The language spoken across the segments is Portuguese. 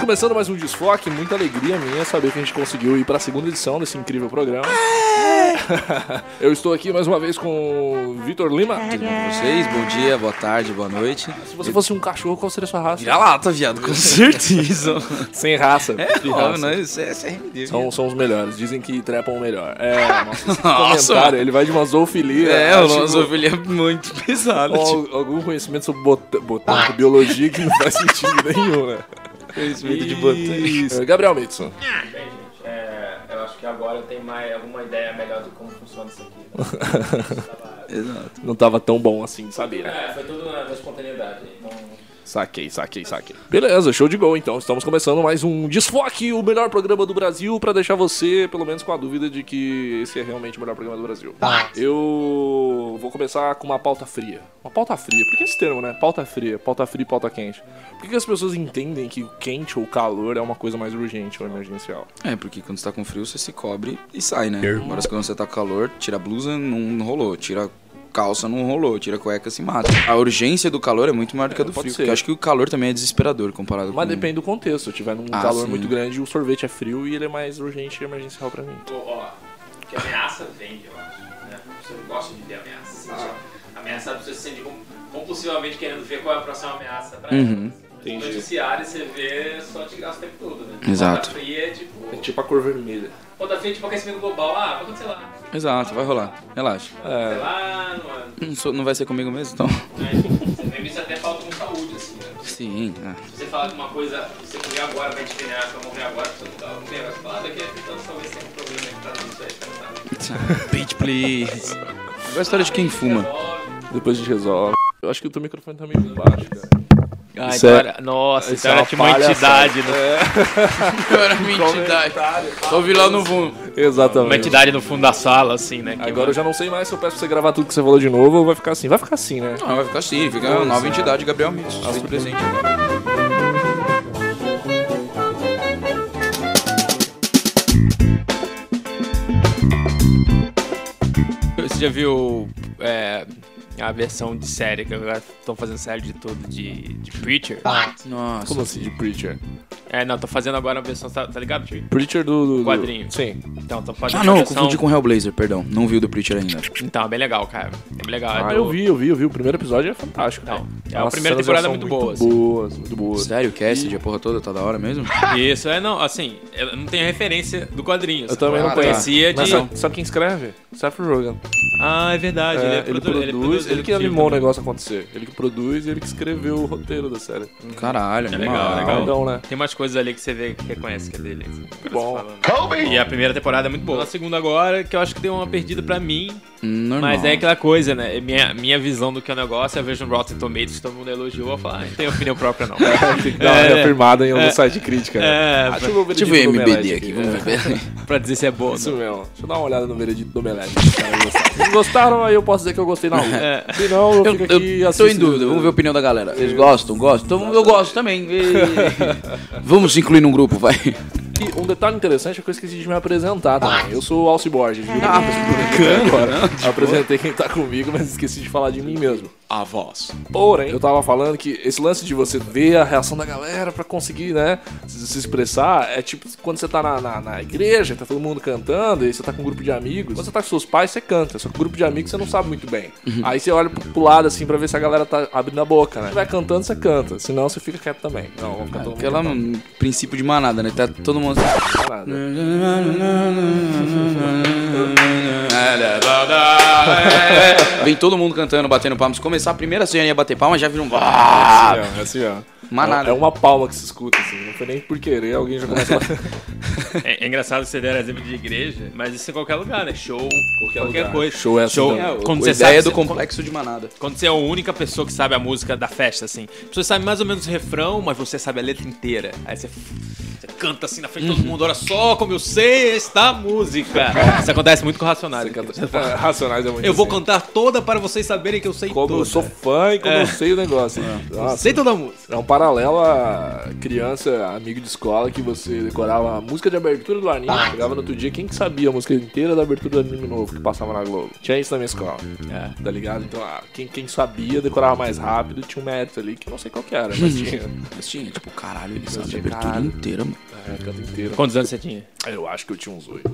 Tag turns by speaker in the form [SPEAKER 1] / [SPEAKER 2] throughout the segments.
[SPEAKER 1] começando mais um desfoque. Muita alegria minha saber que a gente conseguiu ir para a segunda edição desse incrível programa. Eu estou aqui mais uma vez com o Vitor Lima.
[SPEAKER 2] Tudo bem com vocês? Bom dia, boa tarde, boa noite.
[SPEAKER 1] Se você fosse um cachorro, qual seria a sua raça?
[SPEAKER 2] Vira lata, viado, com certeza.
[SPEAKER 1] Sem raça.
[SPEAKER 2] É,
[SPEAKER 1] sem
[SPEAKER 2] óbvio,
[SPEAKER 1] raça.
[SPEAKER 2] não, isso é CRD.
[SPEAKER 1] São, né? Então são os melhores, dizem que trepam o melhor. É, nossa,
[SPEAKER 2] um
[SPEAKER 1] esse
[SPEAKER 2] Nossa.
[SPEAKER 1] comentário, ele vai de uma zoofilia.
[SPEAKER 2] É,
[SPEAKER 1] a
[SPEAKER 2] o
[SPEAKER 1] tipo,
[SPEAKER 2] nosso ovelha é muito pesado. tipo,
[SPEAKER 1] al- algum conhecimento sobre bota- botânica, biologia que não faz sentido nenhum, né?
[SPEAKER 2] conhecimento de botânica.
[SPEAKER 1] É, Gabriel Mitson.
[SPEAKER 3] Bem, gente, é, eu acho que agora eu tenho mais, alguma ideia melhor de como funciona isso aqui. né?
[SPEAKER 2] Exato.
[SPEAKER 1] Não tava tão bom assim de saber, né?
[SPEAKER 3] É, foi tudo na, na espontaneidade. Então,
[SPEAKER 1] Saquei, saquei, saquei. Beleza, show de gol então. Estamos começando mais um Desfoque, o melhor programa do Brasil, pra deixar você, pelo menos, com a dúvida de que esse é realmente o melhor programa do Brasil. Eu vou começar com uma pauta fria. Uma pauta fria, por que esse termo, né? Pauta fria, pauta fria e pauta quente. Por que que as pessoas entendem que o quente ou o calor é uma coisa mais urgente ou emergencial?
[SPEAKER 2] É, porque quando você tá com frio, você se cobre e sai, né? Agora, quando você tá com calor, tira a blusa, não, não rolou. Tira calça, não rolou. Tira cueca, se mata. A urgência do calor é muito maior do que a do
[SPEAKER 1] pode
[SPEAKER 2] frio.
[SPEAKER 1] ser.
[SPEAKER 2] Porque eu acho que o calor também é desesperador comparado
[SPEAKER 1] Mas
[SPEAKER 2] com...
[SPEAKER 1] depende do contexto. Se eu tiver num
[SPEAKER 2] Ah,
[SPEAKER 1] calor
[SPEAKER 2] sim.
[SPEAKER 1] muito grande, o sorvete é frio e ele é mais urgente e emergencial pra mim.
[SPEAKER 3] ó, ó, que ameaça vem, eu acho. Né? Você não gosta de ver ameaça. Você sente- Ameaça você se sente com- compulsivamente querendo ver qual é a próxima ameaça pra
[SPEAKER 2] Uhum.
[SPEAKER 3] ela. assim, né?
[SPEAKER 1] Entendi.
[SPEAKER 3] No noticiário você vê só de graça o tempo todo, né?
[SPEAKER 2] Exato.
[SPEAKER 3] Ponta fria é tipo.
[SPEAKER 1] É tipo a cor vermelha.
[SPEAKER 3] Ponta fria é tipo aquecimento global. Ah, vai acontecer lá.
[SPEAKER 2] Exato, vai rolar. Relaxa.
[SPEAKER 3] Sei lá, não é.
[SPEAKER 2] Não, sou- não vai ser comigo mesmo, então...
[SPEAKER 3] Né? Você vê isso até falta com saúde, assim, né?
[SPEAKER 2] Sim, é.
[SPEAKER 3] Se você falar de uma coisa, se você morrer agora, vai te venerar, se eu morrer agora, se eu não dá um negócio, falar daqui a 30 anos talvez tenha um problema aí que tá dando isso aí, tá ligado?
[SPEAKER 2] Beat, please. Agora a história de quem fuma.
[SPEAKER 3] Óbvio.
[SPEAKER 1] Depois a gente resolve. Eu acho que o teu microfone tá meio baixo, cara.
[SPEAKER 4] Ah,
[SPEAKER 1] Isso
[SPEAKER 4] então
[SPEAKER 1] é-
[SPEAKER 4] era, nossa,
[SPEAKER 1] isso
[SPEAKER 4] então
[SPEAKER 1] é
[SPEAKER 4] era
[SPEAKER 1] uma
[SPEAKER 4] tipo uma
[SPEAKER 1] palhaçada.
[SPEAKER 4] entidade, no,
[SPEAKER 1] É.
[SPEAKER 2] Eu era minha é entidade. Só vi lá no fundo.
[SPEAKER 1] Exatamente.
[SPEAKER 4] uma entidade no fundo da sala, assim, né? que
[SPEAKER 1] Agora eu já não sei mais se eu peço pra você gravar tudo que você falou de novo ou vai ficar assim. Vai ficar assim, né?
[SPEAKER 2] Não, vai ficar assim, fica uma nova entidade, Gabriel Mendes. Feito presente.
[SPEAKER 4] Você já viu é, a versão de série, que agora estão fazendo série de tudo, de, de Preacher?
[SPEAKER 3] Ah.
[SPEAKER 2] Nossa. Ah,
[SPEAKER 1] Como assim, de Preacher?
[SPEAKER 4] É, não, tô fazendo agora a versão, tá, tá ligado, Tio?
[SPEAKER 1] Preacher do. do- do-
[SPEAKER 4] Quadrinho.
[SPEAKER 1] Sim.
[SPEAKER 4] Então, tô fazendo
[SPEAKER 2] Ah,
[SPEAKER 4] a
[SPEAKER 2] não, eu
[SPEAKER 4] versão...
[SPEAKER 2] confundi com Hellblazer, perdão. Não vi o do Preacher ainda.
[SPEAKER 4] Então, é bem legal, cara. É bem legal. é
[SPEAKER 1] Ah,
[SPEAKER 4] do-
[SPEAKER 1] eu vi, eu vi, eu vi. O primeiro episódio é fantástico.
[SPEAKER 4] Não,
[SPEAKER 1] cara.
[SPEAKER 4] é, a
[SPEAKER 1] Nossa,
[SPEAKER 4] primeira
[SPEAKER 1] cenas
[SPEAKER 4] temporada
[SPEAKER 1] são
[SPEAKER 4] é muito boa, assim.
[SPEAKER 1] Boas, muito boas.
[SPEAKER 2] Sério, cast, a porra toda, tá da hora mesmo?
[SPEAKER 4] Isso, é, não, assim, eu não tenho referência do quadrinho.
[SPEAKER 1] Eu
[SPEAKER 4] assim,
[SPEAKER 1] também não
[SPEAKER 2] Ah, tá.
[SPEAKER 4] conhecia
[SPEAKER 1] Mas
[SPEAKER 4] de...
[SPEAKER 1] sabe, sabe quem escreve? Seth Rogen.
[SPEAKER 4] Ah, é verdade, ele, é
[SPEAKER 1] É, ele,
[SPEAKER 4] produ-
[SPEAKER 1] produz, ele, que é animou o
[SPEAKER 4] também.
[SPEAKER 1] negócio acontecer. Ele que produz e ele que escreveu o roteiro da série.
[SPEAKER 2] Caralho,
[SPEAKER 4] É legal,
[SPEAKER 2] animal.
[SPEAKER 4] é legal.
[SPEAKER 1] Então, né?
[SPEAKER 4] Tem umas coisas ali que você vê que reconhece que é dele. assim, agora
[SPEAKER 1] Bom.
[SPEAKER 4] você falando. E a primeira temporada é muito boa. A segunda agora, que eu acho que deu uma perdida pra mim.
[SPEAKER 2] Normal.
[SPEAKER 4] Mas é aquela coisa, né? Minha, minha visão do que é o negócio, eu vejo um Rotten Tomatoes, todo mundo elogiou, eu falo, ah, não tenho opinião própria não.
[SPEAKER 1] Tem que dar uma
[SPEAKER 4] É.
[SPEAKER 1] reafirmada em algum site de crítica. né?
[SPEAKER 4] é,
[SPEAKER 1] Ah,
[SPEAKER 4] pra,
[SPEAKER 1] eu ver o
[SPEAKER 2] Deixa eu ver
[SPEAKER 1] veredito
[SPEAKER 2] o
[SPEAKER 1] do
[SPEAKER 2] MBD
[SPEAKER 1] Omelete
[SPEAKER 2] aqui, é. vamos ver.
[SPEAKER 4] pra dizer se é bom.
[SPEAKER 1] Isso mesmo. Deixa eu dar uma olhada no veredito do Omelete. se os caras gostaram. Se gostaram, aí eu posso dizer que eu gostei na rua.
[SPEAKER 4] É.
[SPEAKER 1] Se não, eu,
[SPEAKER 2] Eu,
[SPEAKER 1] fico aqui
[SPEAKER 2] eu tô em dúvida, vamos ver a opinião da galera. Eles gostam, gostam? Então eu gosto também. E- Vamos se incluir num grupo, vai.
[SPEAKER 1] E um detalhe interessante é que eu esqueci de me apresentar também. Eu sou o Alci Borges. viu? Ah, mas por enquanto,
[SPEAKER 2] né?
[SPEAKER 1] agora. Apresentei quem tá comigo, mas esqueci de falar de mim mesmo.
[SPEAKER 2] A voz.
[SPEAKER 1] Porém, eu tava falando que esse lance de você ver a reação da galera pra conseguir, né, se se expressar, é tipo quando você tá na, na, na igreja, tá todo mundo cantando, e você tá com um grupo de amigos. Quando você tá com seus pais, você canta, só que o grupo de amigos você não sabe muito bem. Aí você olha pro, pro lado assim pra ver se a galera tá abrindo a boca, né? Você vai cantando, você canta, senão você fica quieto também. Não, vamos ficar todo mundo
[SPEAKER 2] Aquela hum, princípio de manada, né? Tá todo mundo.
[SPEAKER 1] cantando, nada.
[SPEAKER 2] Vem todo mundo cantando, batendo palmas. Começar a primeira cena ia bater palmas, já vira um. Ah,
[SPEAKER 1] É assim, ó.
[SPEAKER 2] Manada.
[SPEAKER 1] É uma palma que se escuta, assim. Não foi nem por querer, alguém já começa a
[SPEAKER 4] É, é engraçado que você der exemplo de igreja, mas isso em qualquer lugar, né? Show, qualquer,
[SPEAKER 1] lugar.
[SPEAKER 4] coisa.
[SPEAKER 1] Show é assim
[SPEAKER 4] Show.
[SPEAKER 1] também.
[SPEAKER 4] Quando
[SPEAKER 2] a
[SPEAKER 4] você
[SPEAKER 2] ideia é do
[SPEAKER 4] sabe, você-
[SPEAKER 2] complexo de manada.
[SPEAKER 4] Quando você é a única pessoa que sabe a música da festa, assim. Você sabe mais ou menos o refrão, mas você sabe a letra inteira. Aí você. Você canta assim na frente de todo mundo, olha só como eu sei esta música. Isso acontece muito com Racionais.
[SPEAKER 1] Você canta- Ah, Racionais é muito
[SPEAKER 4] Eu vou
[SPEAKER 1] assim.
[SPEAKER 4] cantar toda para vocês saberem que eu sei
[SPEAKER 1] Como
[SPEAKER 4] toda.
[SPEAKER 1] eu sou fã e como eu sei o negócio. né? Nossa,
[SPEAKER 4] Sei toda a música.
[SPEAKER 1] É um paralelo a criança, amigo de escola, que você decorava a música de abertura do anime, chegava no outro dia, quem que sabia a música inteira da abertura do anime novo que passava na Globo? Tinha isso na minha escola,
[SPEAKER 4] É.
[SPEAKER 1] tá ligado? Então, ah, quem, quem sabia decorava mais rápido, tinha um mérito ali, que eu não sei qual que era, mas tinha.
[SPEAKER 2] Mas tinha, tipo, caralho, ele sabe a
[SPEAKER 1] tinha,
[SPEAKER 2] abertura
[SPEAKER 1] caralho.
[SPEAKER 2] inteira, mano.
[SPEAKER 1] É, canta inteira.
[SPEAKER 4] Quantos anos você tinha?
[SPEAKER 1] Eu acho que eu tinha uns 8.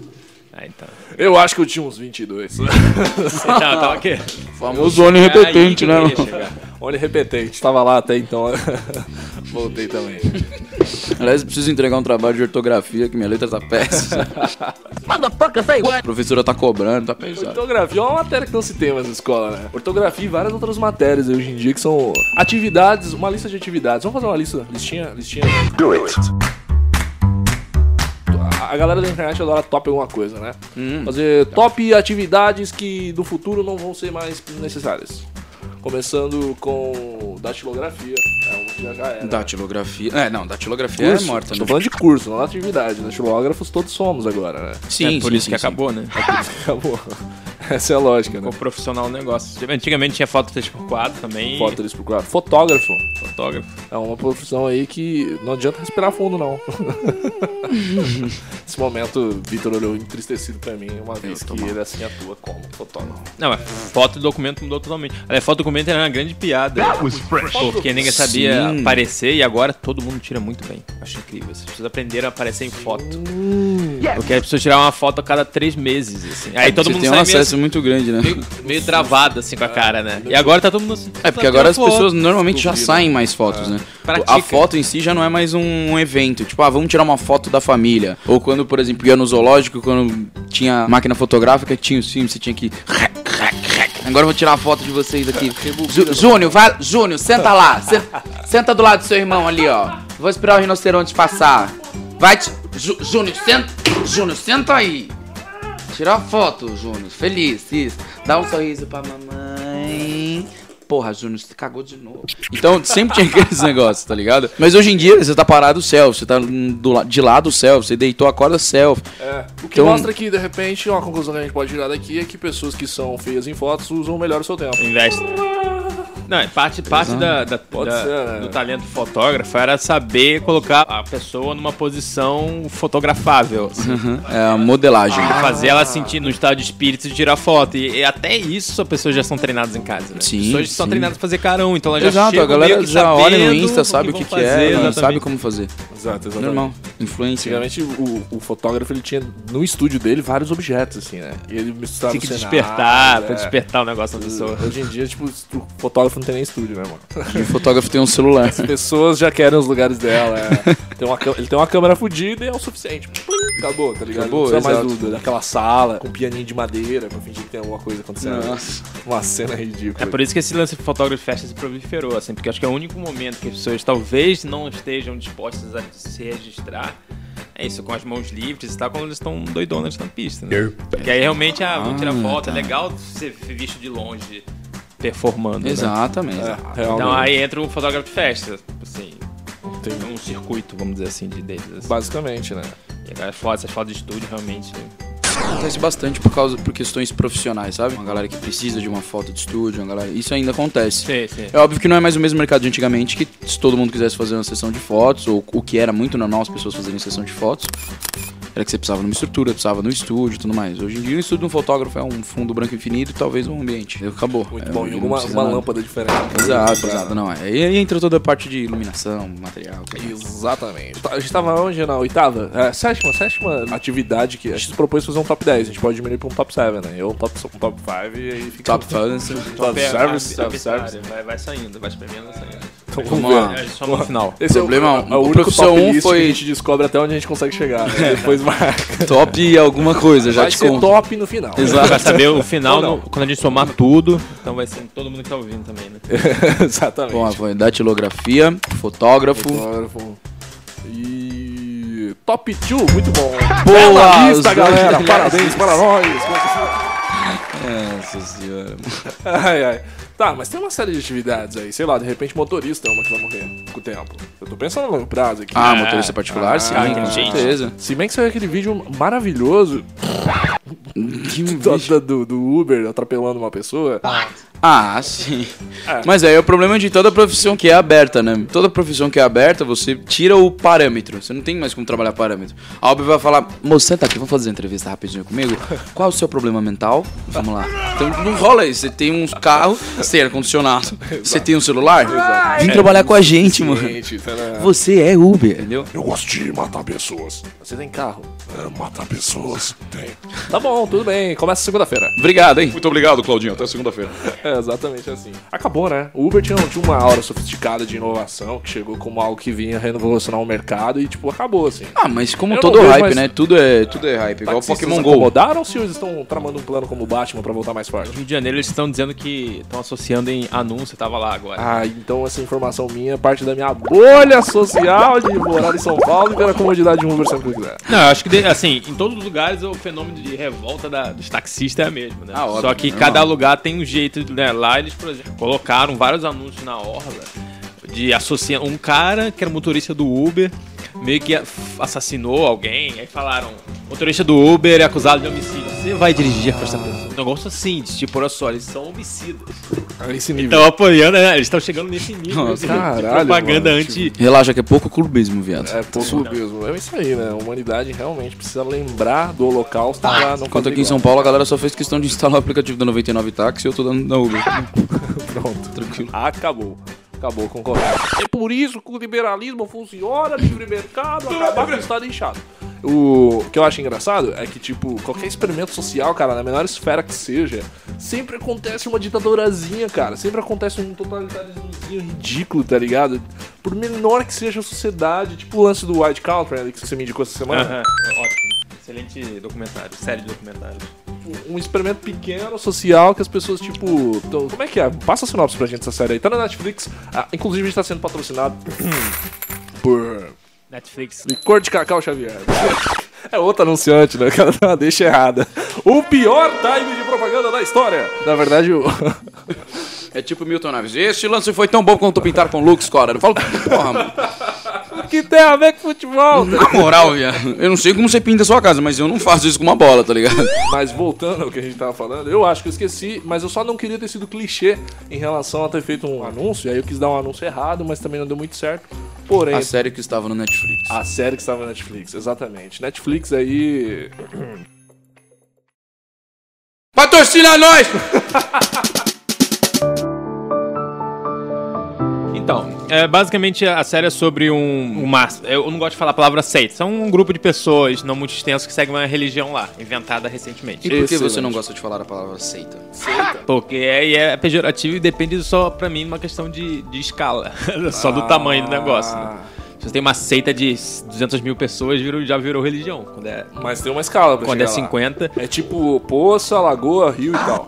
[SPEAKER 4] Ah, então.
[SPEAKER 1] Eu acho que eu tinha uns 22.
[SPEAKER 4] Então, tava aqui.
[SPEAKER 2] Famoso ônibus repetente, né? mano?
[SPEAKER 1] Onde repetente, tava lá até então, voltei também.
[SPEAKER 2] Aliás, eu preciso entregar um trabalho de ortografia, que minha letra tá péssima. A professora tá cobrando, tá pesado.
[SPEAKER 1] Ortografia é uma matéria que não se tem mais na escola, né? Ortografia e várias outras matérias hoje em dia que são atividades, uma lista de atividades. Vamos fazer uma lista, listinha, listinha. Do it. A galera da internet adora top alguma coisa, né?
[SPEAKER 2] Hum.
[SPEAKER 1] Fazer top atividades que no futuro não vão ser mais necessárias. Começando com datilografia. É uma que já era.
[SPEAKER 2] Datilografia. É, não, datilografia é morta,
[SPEAKER 1] Estou
[SPEAKER 2] né?
[SPEAKER 1] falando de curso, não atividade. Datilógrafos todos somos agora, né?
[SPEAKER 2] Sim,
[SPEAKER 4] é por
[SPEAKER 2] sim,
[SPEAKER 4] isso
[SPEAKER 2] sim,
[SPEAKER 4] que
[SPEAKER 2] sim.
[SPEAKER 4] acabou, né?
[SPEAKER 1] Acabou. Essa é a lógica, né?
[SPEAKER 4] Ficou profissional o negócio. Antigamente tinha foto 3x4 também.
[SPEAKER 1] Foto deles pro quadro. Fotógrafo.
[SPEAKER 4] Fotógrafo.
[SPEAKER 1] É uma profissão aí que não adianta respirar fundo, não. Nesse momento, o Vitor olhou entristecido pra mim, uma vez que ele assim atua como fotógrafo.
[SPEAKER 4] Não, mas foto e documento mudou totalmente. Aliás, foto e documento era uma grande piada. Porque ninguém sabia
[SPEAKER 2] Sim.
[SPEAKER 4] aparecer e agora todo mundo tira muito bem. Acho incrível. As pessoas aprenderam a aparecer em foto. Porque as pessoas tirar uma foto a cada três meses, assim. Aí todo
[SPEAKER 2] Você
[SPEAKER 4] mundo
[SPEAKER 2] tem um
[SPEAKER 4] sai
[SPEAKER 2] acesso
[SPEAKER 4] meio,
[SPEAKER 2] muito grande, né?
[SPEAKER 4] meio travado, assim, com a cara, né? E agora tá todo mundo assim.
[SPEAKER 2] É, porque
[SPEAKER 4] "Só
[SPEAKER 2] agora
[SPEAKER 4] tira
[SPEAKER 2] as
[SPEAKER 4] foto".
[SPEAKER 2] pessoas normalmente já saem mais fotos, né?
[SPEAKER 4] Pratica.
[SPEAKER 2] A foto em si já não é mais um evento. Tipo, ah, vamos tirar uma foto da família. Ou quando, por exemplo, ia no zoológico, quando tinha máquina fotográfica, tinha os filmes, você tinha que... Agora eu vou tirar a foto de vocês aqui. Jú- Júnior, vai... Júnior, senta lá. Sen- Senta do lado do seu irmão ali, ó. Vou esperar o rinoceronte passar. Vai, ti- Jú- Júnior, senta... Júnior, senta aí. Tira a foto, Júnior. Feliz, isso. Dá um sorriso pra mamãe. Porra, Júnior, você cagou de novo. Então, sempre tinha aqueles negócios, tá ligado? Mas hoje em dia, você tá parado selfie, você tá hum, do la- de lado selfie, você deitou a corda selfie.
[SPEAKER 1] É, o que
[SPEAKER 2] Então-
[SPEAKER 1] mostra que, de repente, uma conclusão que a gente pode tirar daqui é que pessoas que são feias em fotos usam melhor o seu tempo.
[SPEAKER 4] Investe. Não, é parte, parte da, da- da-
[SPEAKER 1] ser, né?
[SPEAKER 4] do talento fotógrafo era saber colocar a pessoa numa posição fotografável. assim.
[SPEAKER 2] É a modelagem.
[SPEAKER 4] Fazer ela sentir no estado de espírito de tirar foto. E, e até isso as pessoas já são treinadas em casa, né?
[SPEAKER 2] Sim,
[SPEAKER 4] As pessoas são
[SPEAKER 2] sim.
[SPEAKER 4] treinadas a fazer carão, então elas já
[SPEAKER 2] Exato,
[SPEAKER 4] chegam
[SPEAKER 2] a galera
[SPEAKER 4] meio que
[SPEAKER 2] já olha no
[SPEAKER 4] sabendo
[SPEAKER 2] Insta, sabe o que,
[SPEAKER 4] vão
[SPEAKER 2] que
[SPEAKER 4] fazer,
[SPEAKER 2] é,
[SPEAKER 4] exatamente.
[SPEAKER 2] sabe como fazer.
[SPEAKER 1] Exato, exatamente.
[SPEAKER 2] Normal. Influência.
[SPEAKER 1] Antigamente, o, o fotógrafo, ele tinha no estúdio dele vários objetos, assim, né? E ele
[SPEAKER 2] é
[SPEAKER 1] misturava
[SPEAKER 4] Tem que
[SPEAKER 1] o cenário,
[SPEAKER 4] despertar, pra
[SPEAKER 1] é.
[SPEAKER 4] despertar o negócio da pessoa.
[SPEAKER 1] Hoje em dia, tipo, o fotógrafo não tem nem estúdio, né, mano?
[SPEAKER 2] E o fotógrafo tem um celular.
[SPEAKER 1] pessoas já querem os lugares dela. é. Tem uma cam- ele tem uma câmera fodida e é o suficiente. Plim, Acabou, tá ligado?
[SPEAKER 2] Acabou,
[SPEAKER 1] não precisa mais
[SPEAKER 2] exato.
[SPEAKER 1] do- daquela sala com pianinho de madeira pra fingir que tem alguma coisa acontecendo.
[SPEAKER 2] Nossa.
[SPEAKER 1] Uma cena ridícula.
[SPEAKER 4] É por isso que esse lance de fotógrafo de festa se proliferou, assim, porque acho que é o único momento que as pessoas talvez não estejam dispostas a se registrar. É isso, com as mãos livres e tal, quando eles estão doidonas na pista, né? E aí realmente, ah, vou tirar
[SPEAKER 2] Ah,
[SPEAKER 4] foto, é
[SPEAKER 2] tá.
[SPEAKER 4] legal ser visto de longe performando. né?
[SPEAKER 2] Exatamente.
[SPEAKER 1] É,
[SPEAKER 4] Então
[SPEAKER 1] realmente.
[SPEAKER 4] aí entra o fotógrafo de festa, assim, tem um circuito, vamos dizer assim, de deles. assim. É,
[SPEAKER 1] Basicamente, né?
[SPEAKER 4] E agora as fotos, as fotos de estúdio realmente.
[SPEAKER 2] Acontece bastante por causa por questões profissionais, sabe? Uma galera que precisa de uma foto de estúdio, uma galera. Isso ainda acontece.
[SPEAKER 4] Sim, sim.
[SPEAKER 2] É óbvio que não é mais o mesmo mercado de antigamente, que se todo mundo quisesse fazer uma sessão de fotos, ou o que era muito normal as pessoas fazerem sessão de fotos, era que você precisava numa estrutura, precisava no estúdio e tundo mais. Hoje em dia, o estúdio de um fotógrafo é um fundo branco infinito e talvez um ambiente. Acabou.
[SPEAKER 1] Muito
[SPEAKER 2] É,
[SPEAKER 1] bom.
[SPEAKER 2] ele
[SPEAKER 1] E
[SPEAKER 2] não
[SPEAKER 1] alguma
[SPEAKER 2] precisa
[SPEAKER 1] uma
[SPEAKER 2] nada.
[SPEAKER 1] lâmpada diferente.
[SPEAKER 2] Exato, exato, não é. E aí entra toda a parte de iluminação, material. é tudo mais.
[SPEAKER 1] Exatamente. Tá, A gente tava onde na oitava? É, sétima, sétima atividade que a gente propôs fazer um top 10. A gente pode diminuir pra um top 7, né? Eu um top, um top 5 e aí fica.
[SPEAKER 2] Top fans.
[SPEAKER 1] top
[SPEAKER 4] É,
[SPEAKER 1] service,
[SPEAKER 4] a-
[SPEAKER 1] top
[SPEAKER 4] a-
[SPEAKER 1] service.
[SPEAKER 4] Vai, vai saindo, vai experimentando saindo.
[SPEAKER 1] Então
[SPEAKER 2] Vamos
[SPEAKER 1] vamos ver.
[SPEAKER 2] lá.
[SPEAKER 4] É, só no final.
[SPEAKER 1] Esse
[SPEAKER 2] Problema,
[SPEAKER 1] é o, é o
[SPEAKER 2] o
[SPEAKER 1] único
[SPEAKER 2] profissão
[SPEAKER 1] top
[SPEAKER 2] um
[SPEAKER 1] list
[SPEAKER 2] foi-
[SPEAKER 1] que a gente descobre até onde a gente consegue chegar. Né? Depois marca.
[SPEAKER 2] Top e alguma coisa, já
[SPEAKER 1] Vai
[SPEAKER 2] te
[SPEAKER 1] ser
[SPEAKER 2] conto.
[SPEAKER 1] top no final.
[SPEAKER 4] Vai saber o final
[SPEAKER 1] Ou não.
[SPEAKER 4] no- quando a gente somar tudo. Então vai ser todo mundo que tá ouvindo também, né?
[SPEAKER 1] Exatamente.
[SPEAKER 2] Bom, foi datilografia, fotógrafo.
[SPEAKER 1] Fotógrafo. E. Top 2, muito bom.
[SPEAKER 2] Boa,
[SPEAKER 1] Bela
[SPEAKER 2] os
[SPEAKER 1] lista,
[SPEAKER 2] dois
[SPEAKER 1] galera.
[SPEAKER 2] melhores.
[SPEAKER 1] Parabéns para nós.
[SPEAKER 2] Nossa senhora.
[SPEAKER 1] Ai, ai. Tá, mas tem uma série de atividades aí, sei lá, de repente motorista é uma que vai morrer com o tempo. Eu tô pensando a longo prazo aqui.
[SPEAKER 2] Ah, motorista particular, sim,
[SPEAKER 4] ah,
[SPEAKER 2] com
[SPEAKER 4] inteligente.
[SPEAKER 2] certeza.
[SPEAKER 1] Se bem que saiu aquele vídeo maravilhoso
[SPEAKER 2] Que
[SPEAKER 1] do,
[SPEAKER 2] bicho.
[SPEAKER 1] da- do, do Uber atropelando uma pessoa.
[SPEAKER 2] Ah, sim. Mas aí é o problema de toda profissão que é aberta, né? Toda profissão que é aberta, você tira o parâmetro. Você não tem mais como trabalhar parâmetro. A Albi vai falar, moço, senta aqui, vamos fazer uma entrevista rapidinho comigo. Qual é o seu problema mental? Vamos lá. Então não rola isso. Você tem um carro, você tem ar-condicionado, você tem um celular. Vem trabalhar com a gente, mano.
[SPEAKER 1] É. Gente, tá sei lá.
[SPEAKER 2] Você é Uber, entendeu?
[SPEAKER 1] Eu gosto de matar pessoas. Você tem carro? matar pessoas? Tem. Tá bom, tudo bem. Começa segunda-feira.
[SPEAKER 2] Obrigado, hein?
[SPEAKER 5] Muito obrigado, Claudinho. Até segunda-feira.
[SPEAKER 1] É exatamente assim. Acabou, né? O Uber tinha, tinha uma aura sofisticada de inovação, que chegou como algo que vinha revolucionar o mercado e, tipo, acabou, assim.
[SPEAKER 2] Ah, mas como
[SPEAKER 1] Eu não
[SPEAKER 2] todo
[SPEAKER 1] vejo,
[SPEAKER 2] hype,
[SPEAKER 1] mas-
[SPEAKER 2] né? Tudo é, tudo é hype. Igual
[SPEAKER 1] Taxistas
[SPEAKER 2] Pokémon Go.
[SPEAKER 1] acomodaram ou se eles estão tramando um plano como o Batman pra voltar mais forte?
[SPEAKER 4] No Rio de Janeiro eles estão dizendo que estão associando em anúncio, eu tava lá agora.
[SPEAKER 1] Ah, então essa informação minha parte da minha bolha social de morar em São Paulo e ver a comodidade de um Uber sempre que eu quiser.
[SPEAKER 4] Não, eu acho que, de- assim, em todos os lugares o fenômeno de revolta da- dos taxistas é o mesmo, né?
[SPEAKER 2] Ah, óbvio,
[SPEAKER 4] Só que
[SPEAKER 2] normal.
[SPEAKER 4] cada lugar tem um jeito, né? Lá eles, por exemplo, colocaram vários anúncios na orla de associar um cara que era motorista do Uber, meio que a- assassinou alguém, aí falaram, motorista do Uber é acusado de homicídio. Você vai dirigir com essa pessoa. Um negócio assim, de tipo, olha só, eles são homicidas.
[SPEAKER 1] É Esse nível.
[SPEAKER 4] Estão apoiando, né? Eles estão chegando nesse nível
[SPEAKER 2] Nossa,
[SPEAKER 4] de, de
[SPEAKER 1] caralho,
[SPEAKER 4] propaganda
[SPEAKER 1] mano,
[SPEAKER 4] anti...
[SPEAKER 2] Relaxa, que é pouco clubismo, viado.
[SPEAKER 1] É pouco mesmo. É isso aí, né? A humanidade realmente precisa lembrar do holocausto pra não
[SPEAKER 2] Enquanto
[SPEAKER 1] fazer
[SPEAKER 2] aqui em
[SPEAKER 1] igual.
[SPEAKER 2] São Paulo a galera só fez questão de instalar o aplicativo da 99 Táxi e eu tô dando na Uber.
[SPEAKER 1] Pronto. Tranquilo. Acabou. Acabou, concorrendo. É por isso que o liberalismo funciona, livre mercado, acabar com o Estado inchado. O que eu acho engraçado é que, tipo, qualquer experimento social, cara, na menor esfera que seja, sempre acontece uma ditadorazinha, cara. Sempre acontece um totalitarismozinho ridículo, tá ligado? Por menor que seja a sociedade, tipo o lance do White Country, né, que você me indicou essa semana.
[SPEAKER 4] Aham, ótimo. Excelente documentário, série de documentários.
[SPEAKER 1] um experimento pequeno, social, que as pessoas, tipo. tão- Como é que é? Passa a sinopse pra gente essa série aí. Tá na Netflix. Ah, inclusive, a gente tá sendo patrocinado por
[SPEAKER 4] Netflix.
[SPEAKER 1] Licor de Cacau Xavier. É outro anunciante, né? O cara dá uma deixa errada. O pior time de propaganda da história. Na verdade, o.
[SPEAKER 2] É tipo Milton Naves. Esse lance foi tão bom quanto pintar com Lux, Cora. Eu falo, porra, mano,
[SPEAKER 1] que tem a ver com futebol?
[SPEAKER 2] na moral, viado. Eu não sei como você pinta a sua casa, mas eu não faço isso com uma bola, tá ligado?
[SPEAKER 1] Mas voltando ao que a gente tava falando, eu acho que eu esqueci, mas eu só não queria ter sido clichê em relação a ter feito um anúncio. E aí eu quis dar um anúncio errado, mas também não deu muito certo. Porém,
[SPEAKER 2] A série que estava no Netflix.
[SPEAKER 1] A série que estava na Netflix, exatamente. Netflix aí.
[SPEAKER 2] Patrocina nós!
[SPEAKER 4] Então, é, basicamente a série é sobre um, uma. Eu não gosto de falar a palavra seita. São um grupo de pessoas não muito extenso que seguem uma religião lá, inventada
[SPEAKER 2] E por
[SPEAKER 4] recentemente.
[SPEAKER 2] que
[SPEAKER 1] Excelente.
[SPEAKER 2] você não gosta de falar a palavra seita?
[SPEAKER 4] Porque aí é pejorativo e depende só, pra mim, de uma questão de, de escala. só
[SPEAKER 1] tá
[SPEAKER 4] do tamanho do negócio. né? Se você tem uma seita de 200 mil pessoas, virou- já virou religião. Quando é,
[SPEAKER 1] Mas tem uma escala pra
[SPEAKER 4] quando é
[SPEAKER 1] chegar lá.
[SPEAKER 4] 50.
[SPEAKER 1] É tipo poça, lagoa, rio e tal.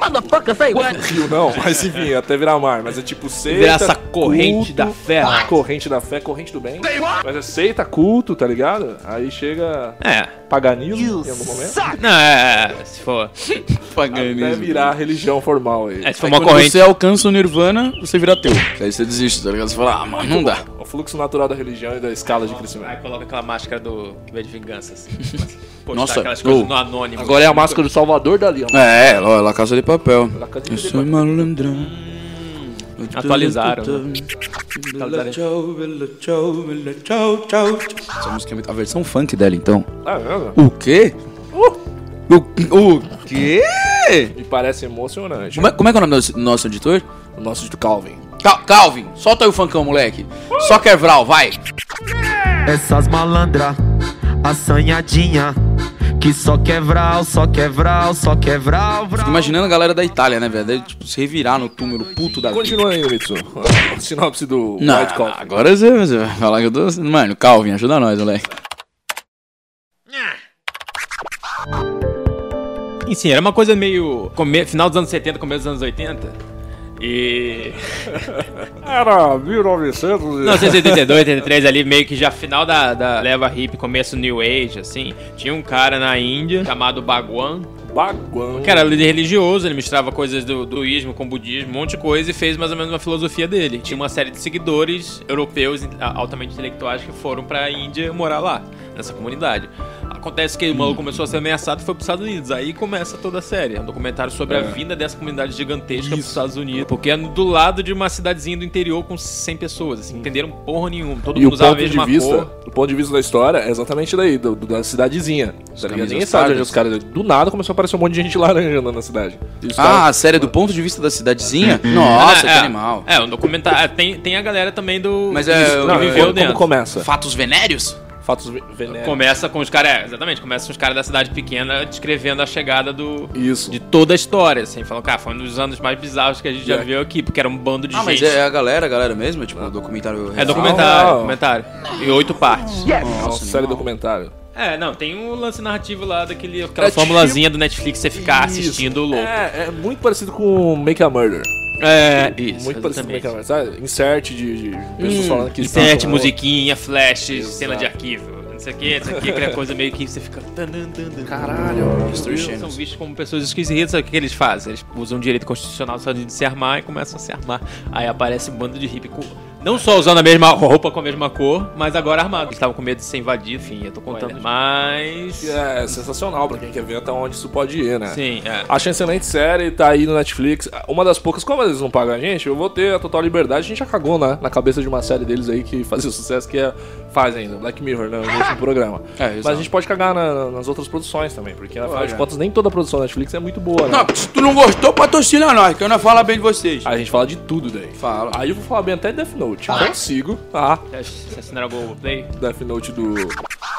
[SPEAKER 1] Rio não, mas enfim, até virar mar. Mas é tipo seita.
[SPEAKER 4] Virar essa corrente
[SPEAKER 1] culto, Ah,
[SPEAKER 4] da fé. né?
[SPEAKER 1] Corrente da fé, corrente do bem. Mas é seita, culto, tá ligado? Aí chega
[SPEAKER 4] É.
[SPEAKER 1] paganismo em algum momento.
[SPEAKER 4] Não, é. é, Se for.
[SPEAKER 1] Até virar religião formal aí.
[SPEAKER 4] É, se for
[SPEAKER 2] Aí
[SPEAKER 4] uma
[SPEAKER 2] quando
[SPEAKER 4] corrente.
[SPEAKER 2] você alcança o Nirvana, você vira teu. Aí você desiste, tá ligado? Você fala, ah, mano, não dá.
[SPEAKER 1] O fluxo natural da religião e da escala de crescimento.
[SPEAKER 4] Aí coloca aquela máscara do que vem de vingança, assim. Postar
[SPEAKER 2] Nossa,
[SPEAKER 4] aquelas coisas
[SPEAKER 2] oh.
[SPEAKER 4] no anônimo.
[SPEAKER 1] Agora é a máscara do Salvador dali, ó.
[SPEAKER 2] É, ó, La Casa de Papel.
[SPEAKER 1] La Casa de
[SPEAKER 2] Eu
[SPEAKER 1] Papel. Hum, né?
[SPEAKER 2] sou malandrão.
[SPEAKER 4] atualizaram,
[SPEAKER 2] Atualizaram. Essa música é muito... A versão funk dela, então.
[SPEAKER 1] Ah, é,
[SPEAKER 2] O quê? O, o quê?
[SPEAKER 1] é. Me parece emocionante.
[SPEAKER 2] Como é, como é que é o nome do nosso- nosso editor?
[SPEAKER 1] O nosso de Calvin.
[SPEAKER 2] Cal- Calvin, solta aí o funkão, moleque. Só Kervral, vai.
[SPEAKER 6] Essas malandra, assanhadinha Que só quebral, só quebral, só quebral
[SPEAKER 2] Fico imaginando a galera da Itália, né, velho? Deve, Tipo, se revirar no túmulo puto da vida.
[SPEAKER 1] Continua aí, Mitsu. A Sinopse do
[SPEAKER 2] Não,
[SPEAKER 1] White Coffee.
[SPEAKER 2] agora você, você vai falar que eu tô... Mano, Calvin, ajuda nós, moleque.
[SPEAKER 4] E sim, era uma coisa meio. come- Final dos anos 70, começo dos anos 80. E.
[SPEAKER 1] Era 1900 e...
[SPEAKER 4] Não, 1982, 83 ali, meio que já final da, da leva hip, começo new age, assim. Tinha um cara na Índia chamado Bhagwan.
[SPEAKER 1] Baguão.
[SPEAKER 4] Cara, ele é religioso, ele misturava coisas do, do ismo com budismo, um monte de coisa, e fez mais ou menos uma filosofia dele. Tinha uma série de seguidores europeus in- a- altamente intelectuais que foram pra Índia morar lá, nessa comunidade. Acontece que o maluco começou a ser ameaçado e foi pros Estados Unidos. Aí começa toda a série. É um documentário sobre a vinda dessa comunidade gigantesca pros Estados Unidos. Porque é do lado de uma cidadezinha do interior com 100 pessoas. Assim, entenderam porra nenhuma. Todo
[SPEAKER 1] E o
[SPEAKER 4] mundo usava a
[SPEAKER 1] ponto de
[SPEAKER 4] mesma
[SPEAKER 1] vista,
[SPEAKER 4] cor.
[SPEAKER 1] o ponto de vista da história é exatamente daí, do- do- da cidadezinha. Tá ligado?
[SPEAKER 2] camisas
[SPEAKER 1] Ninguém sabe onde
[SPEAKER 2] pardas.
[SPEAKER 1] os caras. Do nada começou a aparecer um monte de gente laranja andando na cidade. E os
[SPEAKER 2] Ah, a série é do ponto de vista da cidadezinha? Nossa, que animal.
[SPEAKER 4] É, um documentário. Tem, tem a galera também do.
[SPEAKER 2] Mas é,
[SPEAKER 4] que
[SPEAKER 2] eu-
[SPEAKER 1] Não,
[SPEAKER 4] viveu
[SPEAKER 1] como,
[SPEAKER 4] dentro.
[SPEAKER 1] como começa?
[SPEAKER 2] É. Fatos venéreos?
[SPEAKER 1] Fatos ve- venéreos.
[SPEAKER 4] Começa com os caras, é, exatamente, começa com os caras da cidade pequena descrevendo a chegada do.
[SPEAKER 1] Isso.
[SPEAKER 4] De toda a história, assim, falando, cara, foi um dos anos mais bizarros que a gente já
[SPEAKER 1] É.
[SPEAKER 4] viu aqui, porque era um bando de
[SPEAKER 2] Ah, mas
[SPEAKER 4] gente.
[SPEAKER 2] é a galera, a galera mesmo? Tipo, documentário.
[SPEAKER 4] É
[SPEAKER 2] real?
[SPEAKER 4] documentário,
[SPEAKER 1] Não.
[SPEAKER 4] documentário. E oito partes.
[SPEAKER 1] Nossa,
[SPEAKER 2] Nossa,
[SPEAKER 1] série
[SPEAKER 2] animal.
[SPEAKER 1] documentário.
[SPEAKER 4] É, não, tem um lance narrativo lá daquele, aquela
[SPEAKER 1] É tipo-
[SPEAKER 4] formulazinha do Netflix você ficar assistindo louco.
[SPEAKER 1] É, é muito parecido com Make a Murder.
[SPEAKER 4] É, isso.
[SPEAKER 1] muito parecido com Make a
[SPEAKER 4] exatamente. Hum,
[SPEAKER 1] Murder, sabe? Insert de, de pessoas falando que
[SPEAKER 4] Insert,
[SPEAKER 1] estão-
[SPEAKER 4] musiquinha, flash,
[SPEAKER 1] Exato.
[SPEAKER 4] cena de arquivo, não sei o que, não sei o que, aquela coisa meio que você fica.
[SPEAKER 2] Caralho, History
[SPEAKER 4] Eles são
[SPEAKER 2] Channel.
[SPEAKER 4] vistos como pessoas esquisitas, sabe o que eles fazem? Eles usam o direito constitucional dos Estados Unidos de se armar e começam a se armar. Aí aparece um bando de hippie com. Não só usando a mesma roupa com a mesma cor, mas agora armado. Eles estavam com medo de ser invadido, enfim, eu tô contando. Mas.
[SPEAKER 1] Que é sensacional pra quem quer ver até onde isso pode ir, né?
[SPEAKER 4] Sim, é.
[SPEAKER 1] Achei excelente série, tá aí no Netflix. Uma das poucas, como eles não pagam a gente, eu vou ter a total liberdade. A gente já cagou né, na cabeça de uma série deles aí que fazia sucesso, que é, faz ainda, Black Mirror, né, no último programa.
[SPEAKER 2] É,
[SPEAKER 1] Mas a
[SPEAKER 2] exato.
[SPEAKER 1] gente pode cagar na- nas outras produções também, porque afinal de
[SPEAKER 2] é.
[SPEAKER 1] contas nem toda produção da Netflix é muito boa, né?
[SPEAKER 2] Não, se tu não gostou, patrocina nós, que eu não falo bem de vocês.
[SPEAKER 1] A gente fala de tudo daí.
[SPEAKER 2] Fala.
[SPEAKER 1] Aí eu vou falar bem até de Death Note. Consigo. Ah,
[SPEAKER 4] Você assinaram a Globoplay?
[SPEAKER 1] Death Note do.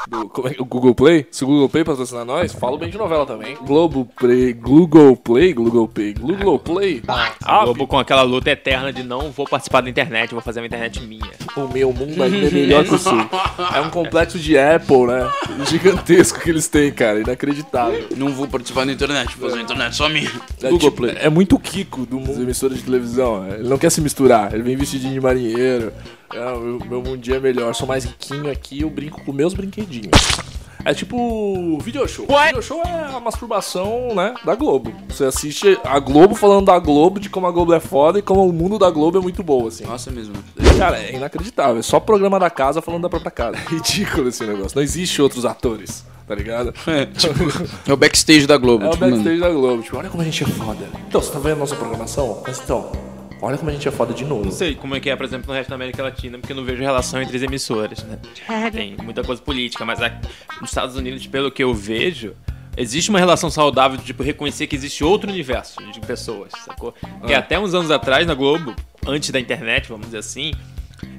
[SPEAKER 1] do- como é que- o Google Play? Se o Google Play patrocinar nós, falo bem de novela também. Globo Play, Google Play, Google Play, Google Play.
[SPEAKER 4] A
[SPEAKER 1] Ah,
[SPEAKER 4] Globo com aquela luta eterna de não vou participar da internet, vou fazer uma internet minha.
[SPEAKER 1] O meu mundo ainda é melhor que o seu. É um complexo de Apple, né? Gigantesco que eles têm, cara. Inacreditável.
[SPEAKER 2] Não vou participar da internet, vou fazer a internet só minha.
[SPEAKER 1] É,
[SPEAKER 2] Google
[SPEAKER 1] tipo-
[SPEAKER 2] Play.
[SPEAKER 1] é muito Kiko do mundo das emissoras de televisão. né? Ele não quer se misturar. Ele vem vestidinho de marinheiro. É, o meu, meu mundinho é melhor. Sou mais riquinho aqui. Eu brinco com meus brinquedinhos. É tipo video show. Video show é a masturbação, né, da Globo. Você assiste a Globo falando da Globo, de como a Globo é foda e como o mundo da Globo é muito bom, assim.
[SPEAKER 2] Nossa, é mesmo.
[SPEAKER 1] Cara, é inacreditável. É só programa da casa falando da própria casa. É ridículo esse negócio. Não existe outros atores, tá ligado?
[SPEAKER 2] É, tipo, é o backstage da Globo.
[SPEAKER 1] É o
[SPEAKER 2] tipo, mano.
[SPEAKER 1] backstage da Globo. Tipo, olha como a gente é foda. Então, você tá vendo a nossa programação? Mas então, olha como a gente é foda de novo.
[SPEAKER 4] Não sei como é que é, por exemplo, no resto da América Latina, porque eu não vejo relação entre as emissoras, né? Tem muita coisa política, mas aqui, nos Estados Unidos, pelo que eu vejo, existe uma relação saudável de tipo, reconhecer que existe outro universo de pessoas, sacou? Porque até uns anos atrás, na Globo, antes da internet, vamos dizer assim,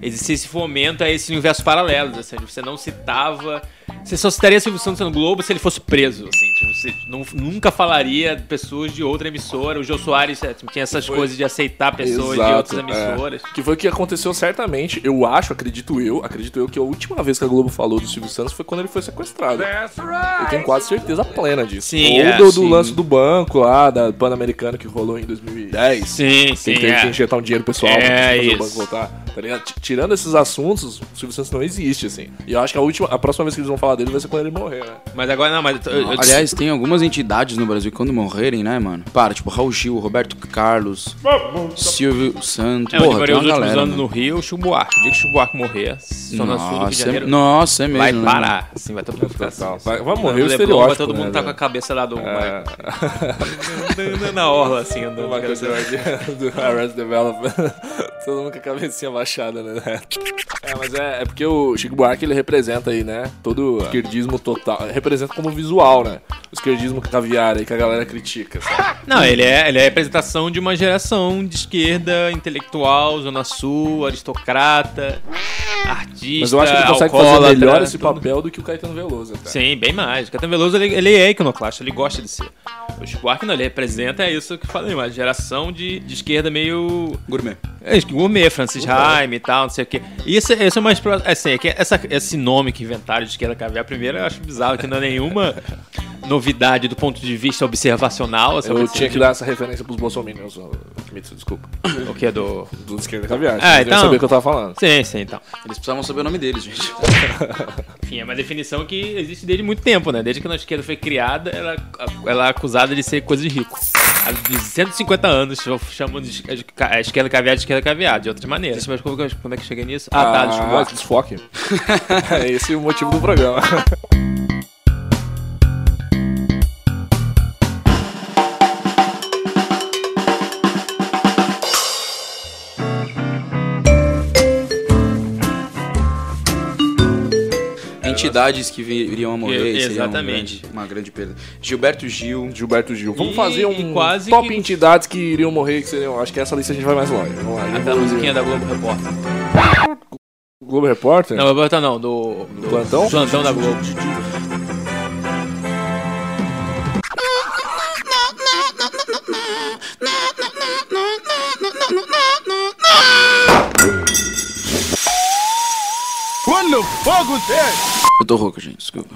[SPEAKER 4] existia esse fomento a esse universo paralelo, assim, onde você não citava. Você só citaria Silvio Santos no Globo se ele fosse preso, assim, tipo, você não- nunca falaria de pessoas de outra emissora. O Jô Soares é, tipo, tinha essas coisas de aceitar pessoas de outras
[SPEAKER 1] é.
[SPEAKER 4] emissoras.
[SPEAKER 1] Que foi o que aconteceu certamente, eu acho, acredito eu, acredito eu que a última vez que a Globo falou do Silvio Santos foi quando ele foi sequestrado. Eu tenho quase certeza plena disso.
[SPEAKER 4] Sim,
[SPEAKER 1] Ou
[SPEAKER 4] é,
[SPEAKER 1] do, do
[SPEAKER 2] sim.
[SPEAKER 1] lance do banco lá, da Pan-Americana que rolou em
[SPEAKER 2] É
[SPEAKER 1] 2010.
[SPEAKER 4] Sim,
[SPEAKER 1] Tem
[SPEAKER 4] sim.
[SPEAKER 1] que, tem que
[SPEAKER 4] é.
[SPEAKER 1] injetar um dinheiro pessoal
[SPEAKER 4] É,
[SPEAKER 1] pra fazer o banco
[SPEAKER 4] isso.
[SPEAKER 1] voltar. Tá ligado? T- Tirando esses assuntos, o Silvio Santos não existe, assim. E eu acho que a última, a próxima vez que eles vão falar dele vai ser quando ele morrer, né?
[SPEAKER 4] Mas agora não, mas. eu- eu- eu-
[SPEAKER 2] Aliás, tem algumas entidades no Brasil que quando morrerem, né, mano? Para, tipo, Raul Gil, Roberto Carlos, Silvio Santos.
[SPEAKER 4] é, eu
[SPEAKER 2] Porra,
[SPEAKER 4] morei
[SPEAKER 2] tem
[SPEAKER 4] os
[SPEAKER 2] uma
[SPEAKER 4] últimos
[SPEAKER 2] galera.
[SPEAKER 1] né?
[SPEAKER 4] anos
[SPEAKER 2] mano.
[SPEAKER 4] no Rio, o Chumbuarque. O dia que o Chumbuarque morrer, Zona Sul do Rio de
[SPEAKER 2] Nossa, é,
[SPEAKER 4] Janeiro.
[SPEAKER 2] nossa, é mesmo.
[SPEAKER 4] Vai
[SPEAKER 2] né, mano?
[SPEAKER 4] parar. Assim, vai todo mundo ficar assim.
[SPEAKER 1] Total. Vai, vai morrer
[SPEAKER 4] No
[SPEAKER 1] o
[SPEAKER 4] Leblon,
[SPEAKER 1] estereótipo,
[SPEAKER 4] vai todo mundo
[SPEAKER 1] né,
[SPEAKER 4] tá com a
[SPEAKER 1] velho?
[SPEAKER 4] cabeça lá do.
[SPEAKER 1] É.
[SPEAKER 4] Na orla, assim, andando.
[SPEAKER 1] Uma coisa de- do Arrest Development. Todo mundo com a cabecinha baixada, né? É, mas é, é porque o Chico Buarque, ele representa aí, né? Todo o esquerdismo total. Representa como visual, né? O esquerdismo caviar aí que a galera critica, sabe?
[SPEAKER 4] Não, ele é, ele é a representação de uma geração de esquerda, intelectual, Zona Sul, aristocrata, artista.
[SPEAKER 1] Mas eu acho que ele consegue fazer
[SPEAKER 4] é alcoólatra,
[SPEAKER 1] melhor esse
[SPEAKER 4] tudo.
[SPEAKER 1] papel do que o Caetano Veloso, até.
[SPEAKER 4] Sim, bem mais. O Caetano Veloso, ele, ele é iconoclasta, ele gosta de ser. O Spark, não, ele representa isso que eu falei, uma geração de, de esquerda meio...
[SPEAKER 2] Gourmet.
[SPEAKER 4] É, gourmet, Francis Raime e tal, não sei o quê. E isso, isso é mais... pro- Assim, é que essa, esse nome que inventaram de esquerda caviar, primeiro, eu acho bizarro, que não é nenhuma novidade do ponto de vista observacional. sabe?
[SPEAKER 1] Eu
[SPEAKER 4] Assim,
[SPEAKER 1] É tinha que dar essa referência pros bolsominions. ó. Mitsu, desculpa.
[SPEAKER 4] O que é do.
[SPEAKER 1] Do esquerda caviar.
[SPEAKER 4] Ah,
[SPEAKER 1] Ah, então.
[SPEAKER 4] então-
[SPEAKER 1] saber o que eu tava falando.
[SPEAKER 4] Sim, sim, então.
[SPEAKER 2] Eles precisavam saber o nome deles, gente.
[SPEAKER 4] Enfim, é uma definição que existe desde muito tempo, né? Desde que a nossa esquerda foi criada, ela, ela é acusada de ser coisa de rico. Há 250 anos chamam de esque- a esquerda caviar de esquerda caviar, de outras maneiras. Mas como, que eu- como é que eu cheguei nisso? Ah, tá, desculpa.
[SPEAKER 1] desfoque. é esse o motivo do programa.
[SPEAKER 2] Entidades que viriam a morrer.
[SPEAKER 4] E-
[SPEAKER 2] e seriam um
[SPEAKER 4] exatamente.
[SPEAKER 2] grande- uma grande perda. Gilberto Gil.
[SPEAKER 1] Gilberto Gil. Vamos
[SPEAKER 4] E-
[SPEAKER 1] fazer um
[SPEAKER 4] e quase
[SPEAKER 1] top
[SPEAKER 4] que-
[SPEAKER 1] entidades que iriam morrer, que seriam. Acho que essa lista a gente vai mais longe. Vamos lá.
[SPEAKER 4] Até a musiquinha da Globo Repórter.
[SPEAKER 1] Globo Repórter?
[SPEAKER 4] Não, Globo Repórter não, do. Do
[SPEAKER 1] plantão?
[SPEAKER 4] Plantão da Globo.
[SPEAKER 2] Eu tô rouco, gente, desculpa.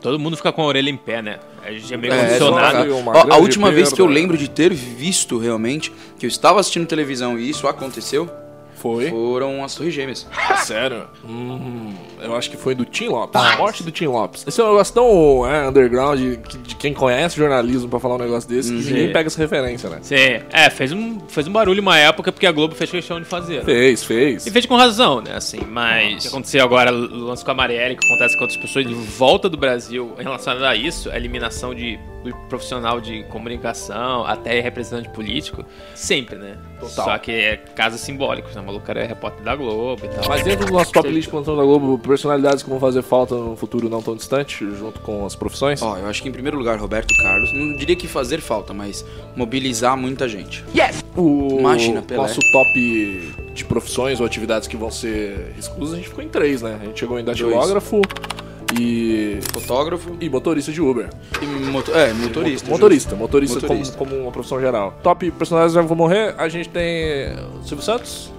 [SPEAKER 4] Todo mundo fica com a orelha em pé, né? A gente é meio
[SPEAKER 2] É,
[SPEAKER 4] condicionado.
[SPEAKER 1] só- uma
[SPEAKER 2] Ó, a
[SPEAKER 1] grande
[SPEAKER 2] última vez que eu
[SPEAKER 1] perda.
[SPEAKER 2] lembro de ter visto realmente que eu estava assistindo televisão e isso aconteceu
[SPEAKER 1] Foi?
[SPEAKER 2] foram as Torres Gêmeas.
[SPEAKER 1] Sério? Hum, eu acho que foi do Tim Lopes.
[SPEAKER 4] Tá.
[SPEAKER 1] A morte do Tim Lopes. Esse é um negócio tão é, underground que- de quem conhece jornalismo pra falar um negócio desse,
[SPEAKER 4] Uhum.
[SPEAKER 1] que
[SPEAKER 4] É.
[SPEAKER 1] ninguém pega essa referência, né?
[SPEAKER 4] Sim. É, fez um, fez um barulho uma época porque a Globo fez questão de fazer. né?
[SPEAKER 1] Fez, fez.
[SPEAKER 4] E fez com razão, né? Assim, mas o que aconteceu agora, o lance com a Marielle, que acontece com outras pessoas de volta do Brasil, relacionado a isso, a eliminação de do profissional de comunicação, até representante político, sempre, né? Só que é casos simbólicos, né? O maluco era repórter da Globo e tal.
[SPEAKER 1] Tá, Mas dentro do nosso top list plantão da Globo, personalidades que vão fazer falta no futuro não tão distante, junto com as profissões.
[SPEAKER 2] Ó, eu acho que em primeiro lugar, Roberto Carlos, não diria que fazer falta, mas mobilizar muita gente.
[SPEAKER 1] o
[SPEAKER 2] Imagina, Pelé.
[SPEAKER 1] nosso top de profissões ou atividades que vão ser exclusas, a gente ficou em três, né? A gente chegou em datilógrafo e.
[SPEAKER 2] Fotógrafo
[SPEAKER 1] e motorista de Uber.
[SPEAKER 2] e moto- é, motorista.
[SPEAKER 1] motorista, motorista,
[SPEAKER 2] Motorista.
[SPEAKER 1] Como, como uma profissão geral. Top personagens que vão morrer, a gente tem. Silvio Santos?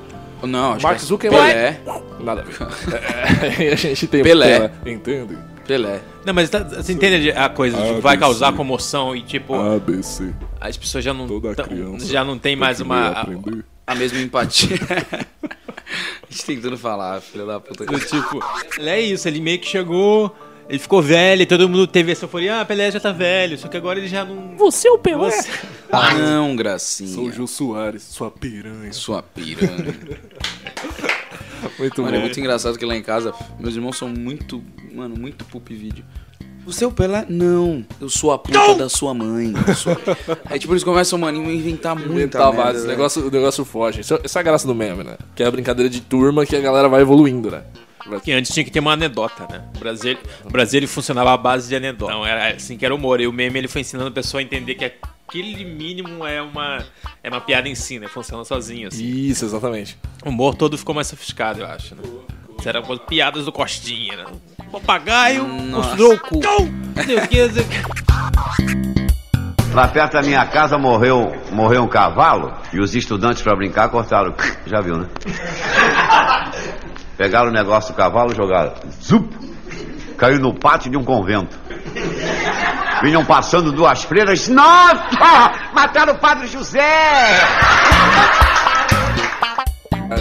[SPEAKER 2] justo. Não, acho
[SPEAKER 1] Mark
[SPEAKER 2] que é
[SPEAKER 1] Zuckerberg.
[SPEAKER 2] Pelé,
[SPEAKER 1] Nada a ver. É, a gente tem o
[SPEAKER 2] Pelé.
[SPEAKER 1] Entende?
[SPEAKER 2] Pelé.
[SPEAKER 4] Não, mas tá- você entende a coisa,
[SPEAKER 1] Ah,
[SPEAKER 4] tipo, vai causar comoção e tipo,
[SPEAKER 1] ABC.
[SPEAKER 4] as pessoas já não
[SPEAKER 1] Ah, Toda
[SPEAKER 4] tão-
[SPEAKER 1] criança
[SPEAKER 4] já não tem mais uma
[SPEAKER 2] A mesma empatia. a gente tentando falar, filha da puta.
[SPEAKER 4] Do tipo, ele é isso, ele meio que chegou, ele ficou velho, e todo mundo teve essa euforia, ah, Pelé já tá velho, só que agora ele já não.
[SPEAKER 1] Você é o Pelé?
[SPEAKER 4] Você-
[SPEAKER 2] Ah, Não, gracinha.
[SPEAKER 1] Sou o Jô Soares, sua piranha.
[SPEAKER 2] Sua piranha.
[SPEAKER 1] Muito
[SPEAKER 2] Mano, é
[SPEAKER 1] bom.
[SPEAKER 2] muito engraçado que lá em casa, meus irmãos são muito, mano, muito poop vídeo. O seu Pelé? Não. Eu sou a puta da sua mãe. Eu sou- Aí, tipo, eles começam, mano, a inventar muita
[SPEAKER 1] Inventar
[SPEAKER 2] merda,
[SPEAKER 1] vários, o
[SPEAKER 2] velho.
[SPEAKER 1] negócio, o negócio foge. Isso- Essa é a graça do meme, né? Que é a brincadeira de turma que a galera vai evoluindo, né?
[SPEAKER 4] Que antes tinha que ter uma anedota, né? O Brasil, o Brasil ele funcionava à base de anedota. Então era assim que era o humor. E o meme ele foi ensinando a pessoa a entender que aquele mínimo é uma, é uma piada em si, né? Funciona sozinho. Assim.
[SPEAKER 1] Isso, exatamente.
[SPEAKER 4] O humor todo ficou mais sofisticado, eu acho, né? Isso era coisa- piadas do Costinha, né? O papagaio,
[SPEAKER 2] Nossa.
[SPEAKER 4] o troco. Não sei o que, não sei o que.
[SPEAKER 5] Lá perto da minha casa morreu, morreu um cavalo e os estudantes, pra brincar, cortaram. Já viu, né? Pegaram o negócio do cavalo, jogaram. Zup! Caiu no pátio de um convento. Vinham passando duas freiras. Nossa! Mataram o padre José!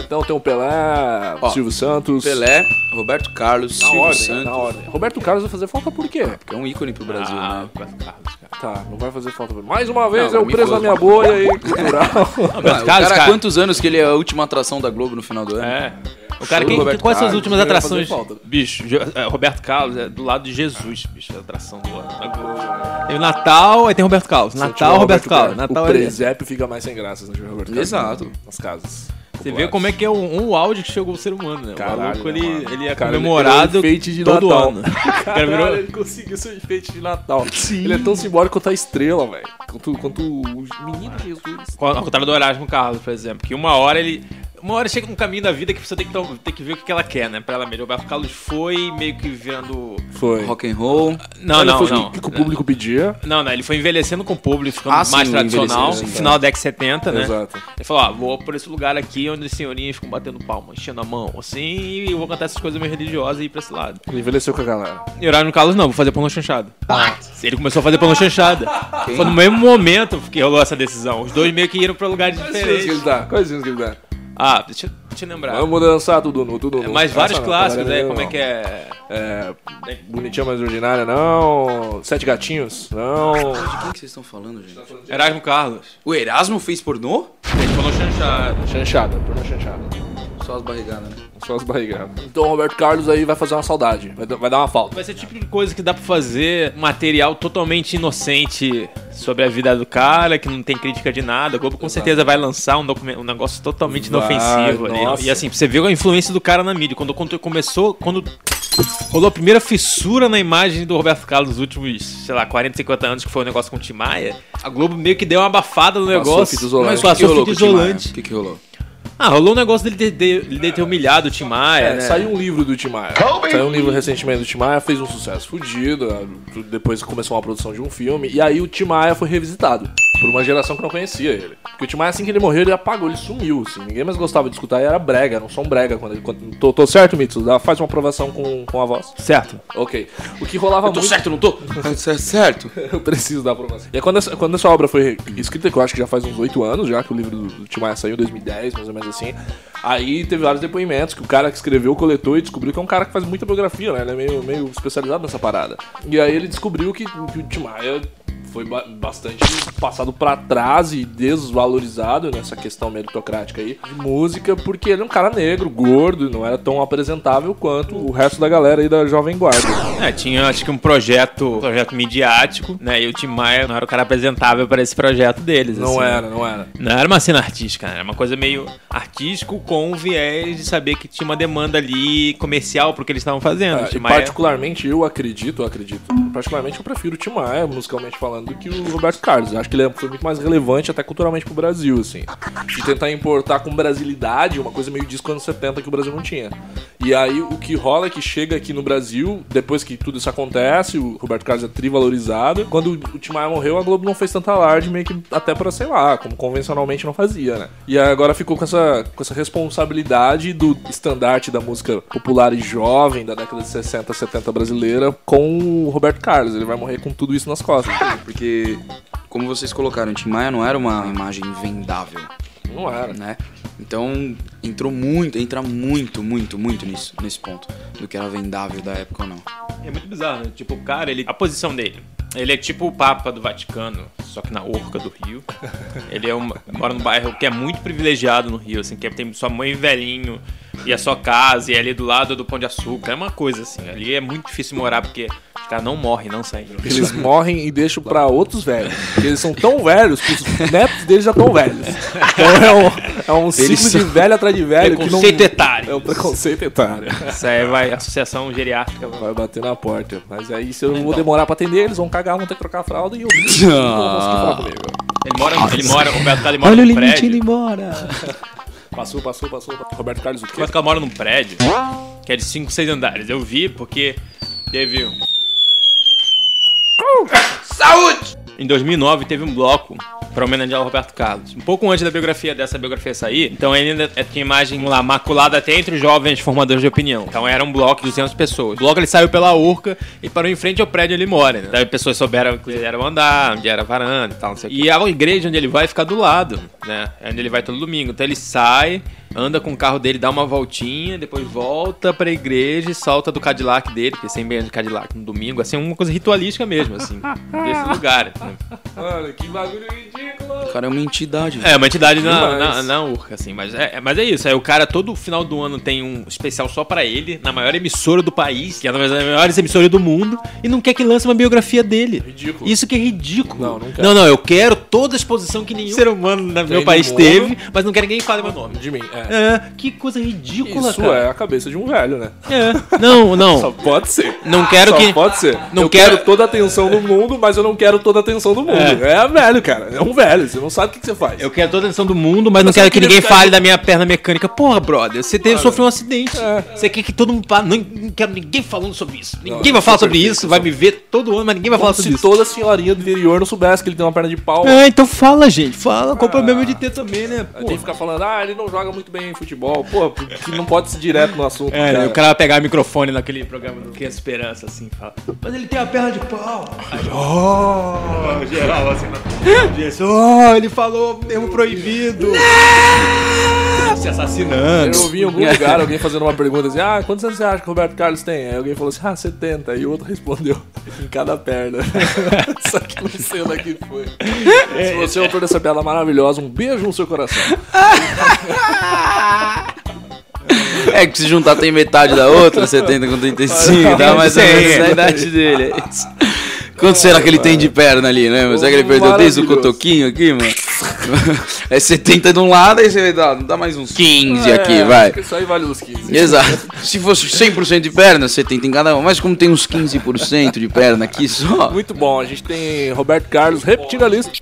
[SPEAKER 1] Então tem o Pelé,
[SPEAKER 2] Ó,
[SPEAKER 1] Silvio Santos.
[SPEAKER 2] Pelé, Roberto Carlos,
[SPEAKER 1] na
[SPEAKER 2] Silvio
[SPEAKER 1] ordem, né?
[SPEAKER 2] Santos.
[SPEAKER 1] na ordem. Roberto Carlos vai fazer falta por quê?
[SPEAKER 2] que é um ícone pro Brasil,
[SPEAKER 4] Ah,
[SPEAKER 2] né?
[SPEAKER 4] Roberto Carlos, cara.
[SPEAKER 1] Tá, não vai fazer falta. Mais uma vez, é
[SPEAKER 2] Não,
[SPEAKER 1] eu
[SPEAKER 2] me
[SPEAKER 1] preso na
[SPEAKER 2] foda.
[SPEAKER 1] minha bolha e cultural.
[SPEAKER 2] Mano, Ah, o
[SPEAKER 4] Roberto
[SPEAKER 2] cara,
[SPEAKER 4] Carlos,
[SPEAKER 2] há
[SPEAKER 4] cara.
[SPEAKER 2] quantos anos que ele é a última atração da Globo no final do ano?
[SPEAKER 4] É. O cara,
[SPEAKER 2] Show
[SPEAKER 4] quem,
[SPEAKER 2] do Roberto
[SPEAKER 4] quais são as
[SPEAKER 2] Carlos.
[SPEAKER 4] últimas
[SPEAKER 1] Não ia
[SPEAKER 4] atrações?
[SPEAKER 1] fazer falta.
[SPEAKER 4] Bicho, Jo- é, Roberto Carlos é do lado de Jesus, bicho, é a atração do ano. da Globo. Tem o Natal, aí tem Roberto Carlos. Natal, Roberto Carlos. Natal
[SPEAKER 1] o
[SPEAKER 4] é ele.
[SPEAKER 1] presépio fica mais sem graça se não tiver Roberto Carlos.
[SPEAKER 2] Exato.
[SPEAKER 1] Nas casas.
[SPEAKER 4] Você vê como é que é um, um auge que chegou o ser humano, né? O
[SPEAKER 1] Caralho,
[SPEAKER 4] maluco,
[SPEAKER 1] né,
[SPEAKER 4] ele,
[SPEAKER 1] mano?
[SPEAKER 4] ele é
[SPEAKER 1] Cara, ele
[SPEAKER 4] comemorado
[SPEAKER 1] virou enfeite de
[SPEAKER 4] todo
[SPEAKER 1] Natal.
[SPEAKER 4] ano. O cara
[SPEAKER 1] Caralho,
[SPEAKER 4] virou...
[SPEAKER 1] ele conseguiu seu enfeite de Natal. Ele é tão simbólico quanto a estrela, velho. Quanto, quanto o menino Jesus.
[SPEAKER 4] Ao contrário do Erasmo Carlos, por exemplo, que uma hora ele... Uma hora chega um caminho da vida que a pessoa tem que, tom- tem que ver o que ela quer, né? Pra ela melhorar. O Carlos foi meio que virando.
[SPEAKER 1] Foi.
[SPEAKER 2] Rock and roll.
[SPEAKER 4] Não,
[SPEAKER 1] Ele
[SPEAKER 4] não,
[SPEAKER 1] foi o
[SPEAKER 4] não.
[SPEAKER 1] que- que o público pedia.
[SPEAKER 4] Não, não, ele foi envelhecendo com o público, ficando
[SPEAKER 2] Ah,
[SPEAKER 4] mais
[SPEAKER 2] sim,
[SPEAKER 4] tradicional.
[SPEAKER 2] envelhecendo, sim.
[SPEAKER 4] final da década de 70, né?
[SPEAKER 1] Exato.
[SPEAKER 4] Ele falou, ó, vou por esse lugar aqui onde os senhorinhas ficam batendo palma, enchendo a mão, assim, e eu vou cantar essas coisas meio religiosas e ir pra esse lado.
[SPEAKER 1] Ele envelheceu com a galera.
[SPEAKER 4] E o no Carlos, não, vou fazer pão na chanchada.
[SPEAKER 1] Tá.
[SPEAKER 4] Ele começou a fazer pão na chanchada. Foi no mesmo momento que rolou essa decisão. Os dois meio que iram pra lugares
[SPEAKER 1] Quais hinos que ele
[SPEAKER 4] diferentes.
[SPEAKER 1] dá? Quais hinos que ele dá?
[SPEAKER 4] Ah, deixa, deixa eu lembrar.
[SPEAKER 1] Vamos dançar tudo nu, tudo nu.
[SPEAKER 4] Mas É vários
[SPEAKER 1] Essa não,
[SPEAKER 4] clássicos,
[SPEAKER 1] galera,
[SPEAKER 4] né? Como é
[SPEAKER 1] não.
[SPEAKER 4] que é?
[SPEAKER 1] É, bonitinha, mas ordinária, não. Sete gatinhos, não.
[SPEAKER 2] De quem que vocês estão falando, gente?
[SPEAKER 4] Erasmo Carlos.
[SPEAKER 2] O Erasmo fez pornô?
[SPEAKER 4] Ele falou chanchada.
[SPEAKER 1] Chanchada, porno chanchada.
[SPEAKER 2] Só as barrigadas, né?
[SPEAKER 1] Só as barrigadas. Então o Roberto Carlos aí vai fazer uma saudade, vai, dar- vai dar uma falta.
[SPEAKER 4] Vai ser o tipo de coisa que dá pra fazer um material totalmente inocente sobre a vida do cara, que não tem crítica de nada. A Globo com certeza vai lançar um, documen- um negócio totalmente
[SPEAKER 1] Vai,
[SPEAKER 4] inofensivo ali.
[SPEAKER 1] nossa.
[SPEAKER 4] E assim, pra você vê a influência do cara na mídia. Quando, quando começou, quando rolou a primeira fissura na imagem do Roberto Carlos nos últimos, sei lá, 40, 50 anos, que foi o negócio com o Tim Maia, a Globo meio que deu uma abafada no negócio.
[SPEAKER 1] fita isolante.
[SPEAKER 4] Mas
[SPEAKER 2] o que
[SPEAKER 4] passou
[SPEAKER 2] rolou
[SPEAKER 4] fita
[SPEAKER 2] com o Tim Maia?
[SPEAKER 4] isolante.
[SPEAKER 2] O que, que rolou?
[SPEAKER 4] Ah, rolou um negócio dele ter, de- dele ter humilhado o Tim Maia,
[SPEAKER 1] É,
[SPEAKER 4] né?
[SPEAKER 1] saiu um livro do Tim Maia. Saiu um livro recentemente do Tim Maia, fez um sucesso fudido. é, Depois começou uma produção de um filme. E aí o Tim Maia foi revisitado por uma geração que não conhecia ele. Porque o Tim Maia, assim que ele morreu, ele apagou, ele sumiu. Assim, ninguém mais gostava de escutar e era brega, era um som brega. Quando ele, quando- tô, tô certo, Mitsu? Dá- Faz uma aprovação com, com a voz.
[SPEAKER 4] Certo.
[SPEAKER 1] Ok. O que rolava
[SPEAKER 2] Tô
[SPEAKER 1] muito.
[SPEAKER 2] certo, não tô? Tá certo.
[SPEAKER 1] Eu preciso da aprovação. E é quando essa, quando essa obra foi escrita, que eu acho que já faz uns oito anos, já que o livro do, do Tim Maia saiu em 2010, mais ou menos assim. Aí teve vários depoimentos que o cara que escreveu coletou e descobriu que é um cara que faz muita biografia, né? Ele é meio, meio especializado nessa parada. E aí ele descobriu que, que o Tim Maia foi ba- bastante passado pra trás e desvalorizado nessa questão meritocrática aí de música, porque ele é um cara negro, gordo, e não era tão apresentável quanto o resto da galera aí da Jovem Guarda.
[SPEAKER 4] É, tinha acho que um projeto, um projeto midiático, né? E o Tim Maia não era o cara apresentável para esse projeto deles.
[SPEAKER 1] Não
[SPEAKER 4] assim.
[SPEAKER 1] era, não era.
[SPEAKER 4] Não era uma cena artística, né? era uma coisa meio artístico com o viés de saber que tinha uma demanda ali comercial pro que eles estavam fazendo.
[SPEAKER 1] Ah,
[SPEAKER 4] o Tim
[SPEAKER 1] e
[SPEAKER 4] Maia-
[SPEAKER 1] particularmente eu acredito, eu acredito. Particularmente eu prefiro o Tim Maia, musicalmente falando, do que o Roberto Carlos. Eu acho que ele é- foi muito mais relevante até culturalmente pro Brasil, assim. De tentar importar com brasilidade uma coisa meio disco anos 70 que o Brasil não tinha. E aí o que rola é que chega aqui no Brasil, depois que tudo isso acontece, o Roberto Carlos é trivalorizado. Quando o Tim Maia morreu, a Globo não fez tanta alarde, meio que até pra, sei lá, como convencionalmente não fazia, né? E agora ficou com essa, com essa responsabilidade do estandarte da música popular e jovem da década de 60, 70 brasileira com o Roberto Carlos. Ele vai morrer com tudo isso nas costas.
[SPEAKER 2] Porque, como vocês colocaram, o Tim Maia não era uma imagem vendável,
[SPEAKER 1] Não era.
[SPEAKER 2] né? Então, entrou muito, entra muito, muito, muito nisso, nesse ponto. Do que era vendável da época ou não.
[SPEAKER 4] É muito bizarro, né? Tipo, o cara, ele. A posição dele. Ele é tipo o Papa do Vaticano, só que na Orca do Rio. Ele é um, mora num bairro que é muito privilegiado no Rio, assim, que tem sua mãe velhinho e a sua casa, e é ali do lado do Pão de Açúcar. É uma coisa, assim. Ali é muito difícil morar, porque os caras não morrem, não saem.
[SPEAKER 1] Eles morrem e deixam pra outros velhos. Porque eles são tão velhos que os netos deles já estão velhos. Então é um, é um ciclo de velho atrás de velho. que não-
[SPEAKER 4] Preconceito é etário.
[SPEAKER 1] É um preconceito etário.
[SPEAKER 4] Isso aí vai, associação geriátrica. vai-
[SPEAKER 1] Vai bater na porta. Mas aí se eu vou
[SPEAKER 4] Então.
[SPEAKER 1] demorar pra atender, eles vão cagar, vão ter que trocar a fralda e eu.
[SPEAKER 4] Ele mora, ele mora, o Roberto Carlos mora num prédio. O
[SPEAKER 1] Passou, passou, passou. Roberto Carlos o quê?
[SPEAKER 4] Roberto Carlos mora num prédio que é de 5, 6 andares. Eu vi porque teve um.
[SPEAKER 2] Saúde!
[SPEAKER 4] Em 2009 teve um bloco pra homenagear o Roberto Carlos. Um pouco antes da biografia dessa biografia sair, então ele ainda tinha imagem lá maculada até entre os jovens formadores de opinião. Então era um bloco de 200 pessoas. O bloco ele saiu pela Urca e parou em frente ao prédio onde ele mora, né? Daí as pessoas souberam que era o andar, onde era a varanda e tal, não sei o quê. E a igreja onde ele vai fica do lado, né? É onde ele vai todo domingo. Então ele sai, anda com o carro dele, dá uma voltinha, depois volta pra igreja e salta do Cadillac dele, porque sem banho de Cadillac no domingo, assim, uma coisa ritualística mesmo, assim, desse lugar, né?
[SPEAKER 1] Mano, que bagulho ridículo.
[SPEAKER 2] O cara é uma entidade, velho.
[SPEAKER 4] É, uma entidade na,
[SPEAKER 1] Demais.
[SPEAKER 4] na, na Urca, assim. Mas é, é- mas é isso. Aí o cara, todo final do ano, tem um especial só pra ele, na maior emissora do país, que é uma das maiores emissoras do mundo, e não quer que lance uma biografia dele.
[SPEAKER 1] Ridículo.
[SPEAKER 4] Isso que é ridículo.
[SPEAKER 1] Não, não quero.
[SPEAKER 4] Não, não, eu quero toda a exposição que nenhum ser humano no meu
[SPEAKER 1] no
[SPEAKER 4] país
[SPEAKER 1] mundo.
[SPEAKER 4] teve, mas não quero que ninguém fale meu nome.
[SPEAKER 1] De mim, é.
[SPEAKER 4] É, que coisa ridícula,
[SPEAKER 1] Isso
[SPEAKER 4] cara.
[SPEAKER 1] é a cabeça de um velho, né?
[SPEAKER 4] É. Não,
[SPEAKER 1] Só
[SPEAKER 4] não.
[SPEAKER 1] pode ser.
[SPEAKER 4] Não quero
[SPEAKER 1] Só
[SPEAKER 4] que-
[SPEAKER 1] pode ser.
[SPEAKER 4] não
[SPEAKER 1] eu quero...
[SPEAKER 4] quero-
[SPEAKER 1] toda a atenção do mundo, mas eu não quero toda a atenção do mundo. É, velho, cara. É um velho. Você não sabe o que, que você faz.
[SPEAKER 4] Eu quero toda a atenção do mundo, mas não
[SPEAKER 1] Eu só
[SPEAKER 4] quero que
[SPEAKER 1] queria
[SPEAKER 4] ninguém
[SPEAKER 1] ficar-
[SPEAKER 4] fale da minha perna mecânica. Porra, brother, você teve, sofreu um acidente. Você quer que todo mundo. pa- Não, não quero ninguém falando sobre isso. Ninguém vai falar sobre isso, vai me ver todo ano, mas ninguém vai falar sobre
[SPEAKER 1] Se
[SPEAKER 4] isso.
[SPEAKER 1] toda senhorinha do interior não soubesse que ele tem uma perna de pau.
[SPEAKER 4] É, então fala, gente. Fala, qual o problema de ter também, né?
[SPEAKER 1] Aí Tem que ficar falando, ah, ele não joga muito bem futebol. Pô, que não pode ser direto no assunto.
[SPEAKER 4] É,
[SPEAKER 1] cara.
[SPEAKER 4] o cara vai pegar o microfone naquele programa do Que Esperança, assim, e fala. Mas ele tem a perna de pau. Aí, oh, geral, assim, na disso, oh, ele falou o termo proibido. Se assassinando.
[SPEAKER 1] Eu ouvi em algum lugar alguém fazendo uma pergunta assim: Ah, quantos anos você acha que o Roberto Carlos tem? Aí alguém falou assim: Ah, 70. E o outro respondeu: Em cada perna. Só que não sei onde é que foi. Se você é o autor dessa piada maravilhosa, um beijo no seu coração.
[SPEAKER 2] É que se juntar tem metade da outra, 70 com 35, dá tá mais ou
[SPEAKER 4] Sim.
[SPEAKER 2] menos a idade dele. é isso. Quanto será que ele tem de perna ali, né? mano? Será que ele perdeu desde o
[SPEAKER 1] Maravilhoso.
[SPEAKER 2] cotoquinho aqui, mano? É 70 de um lado, aí você vai dar, dá mais uns 15 aqui,
[SPEAKER 1] É,
[SPEAKER 2] vai.
[SPEAKER 1] acho que Isso aí vale uns 15.
[SPEAKER 2] Exato. Se fosse 100% de perna, 70 em cada um. Mas como tem uns 15% de perna aqui só...
[SPEAKER 1] Muito bom, a gente tem Roberto Carlos repetindo a lista.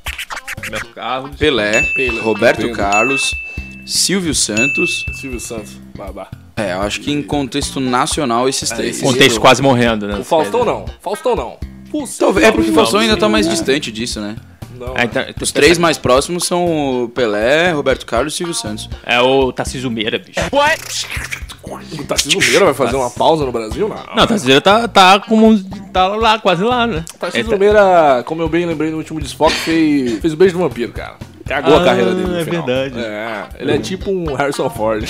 [SPEAKER 4] Meu carro.
[SPEAKER 2] Pelé,
[SPEAKER 1] Pelé.
[SPEAKER 2] Roberto
[SPEAKER 1] Pelé.
[SPEAKER 2] Carlos, Silvio Santos...
[SPEAKER 1] Silvio Santos, babá.
[SPEAKER 2] É, eu acho que em contexto nacional esses três.
[SPEAKER 4] Contexto quase morrendo, né?
[SPEAKER 1] O Faustão não, Faustão não. Pulsão,
[SPEAKER 2] Talvez- É porque o Faustão ainda tá
[SPEAKER 1] não.
[SPEAKER 2] mais distante disso, né?
[SPEAKER 1] Não,
[SPEAKER 4] Ah, então,
[SPEAKER 2] Os três mais próximos são o Pelé, Roberto Carlos e Silvio Santos.
[SPEAKER 4] É o Tarcísio Meira, bicho.
[SPEAKER 1] o Tarcísio Meira vai fazer uma pausa no Brasil? Não.
[SPEAKER 4] Não, o Tarcísio Meira tá, tá como. um- tá lá, quase lá, né?
[SPEAKER 1] Tarcísio
[SPEAKER 4] Ele tá-
[SPEAKER 1] Meira, como eu bem lembrei no último desfoque, fez, fez o beijo do vampiro, cara. Cagou a
[SPEAKER 4] Ah,
[SPEAKER 1] carreira dele. no
[SPEAKER 4] é
[SPEAKER 1] final.
[SPEAKER 4] verdade.
[SPEAKER 1] É, ele é tipo um Harrison Ford.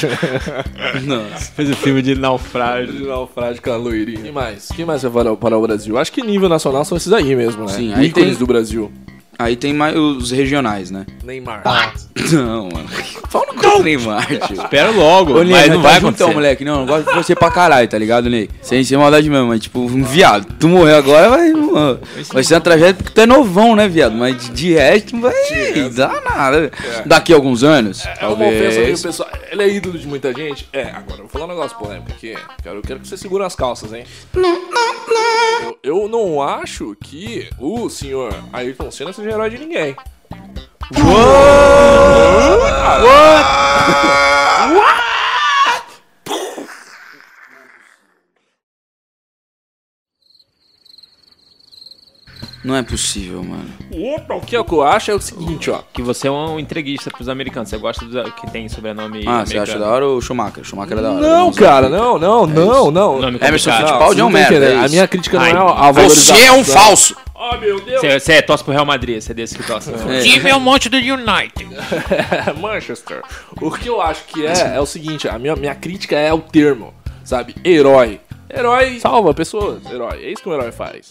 [SPEAKER 2] Nossa.
[SPEAKER 4] Fez o filme de naufrágio.
[SPEAKER 1] de naufrágio com a loirinha. Quem mais? Quem mais vai para, para o Brasil? Acho que nível nacional são esses aí mesmo, né?
[SPEAKER 2] Sim, aí
[SPEAKER 1] Ícones
[SPEAKER 2] tem-
[SPEAKER 1] do Brasil. Ah,
[SPEAKER 2] Aí tem mais os regionais, né?
[SPEAKER 1] Neymar.
[SPEAKER 2] Não, mano. Fala no contra Neymar, tio.
[SPEAKER 4] Espera logo,
[SPEAKER 2] Ô, Ney,
[SPEAKER 4] mas não
[SPEAKER 2] tá
[SPEAKER 4] vai
[SPEAKER 2] juntão,
[SPEAKER 4] acontecer.
[SPEAKER 2] moleque. Não, eu gosto de você pra caralho, tá ligado, Ney? Sem ser maldade mesmo, mas tipo, um viado. Tu morreu agora, vai, mano, vai ser uma tragédia porque tu é novão, né, viado? Mas de- de resto, É. não vai dar nada. Daqui a alguns anos,
[SPEAKER 1] É uma ofensa meio
[SPEAKER 2] talvez.
[SPEAKER 1] pessoal. Ele é ídolo de muita gente? É, agora eu vou falar um negócio polêmico aqui. Quero, eu quero que você segure as calças, hein? Eu, eu não acho que o senhor Ayrton Senna seja herói de ninguém.
[SPEAKER 2] Não é possível, mano.
[SPEAKER 1] O que eu acho é o seguinte, ó.
[SPEAKER 4] Que você é um entreguista pros americanos. Você gosta dos que tem sobrenome.
[SPEAKER 2] Ah, você acha da hora ou o Schumacher? Schumacher é da hora.
[SPEAKER 1] Não,
[SPEAKER 2] Vamos lá.
[SPEAKER 1] cara, não, não, não, não.
[SPEAKER 4] Nome
[SPEAKER 2] É Emerson
[SPEAKER 4] complicado.
[SPEAKER 1] Não,
[SPEAKER 2] Fittipaldi é um
[SPEAKER 1] não tá
[SPEAKER 2] merda,
[SPEAKER 1] entendendo.
[SPEAKER 2] é isso.
[SPEAKER 1] A minha crítica
[SPEAKER 4] Ai,
[SPEAKER 1] não é a valorização.
[SPEAKER 2] Você é um falso!
[SPEAKER 1] Oh, meu Deus.
[SPEAKER 4] Você, você é tosse pro Real Madrid, você é desse que tosse. pro Real Madrid.
[SPEAKER 2] É.
[SPEAKER 1] Manchester. O que eu acho que é, é o seguinte, a minha, minha crítica é o termo, sabe? Herói. Herói salva pessoas, herói. É isso que um herói faz.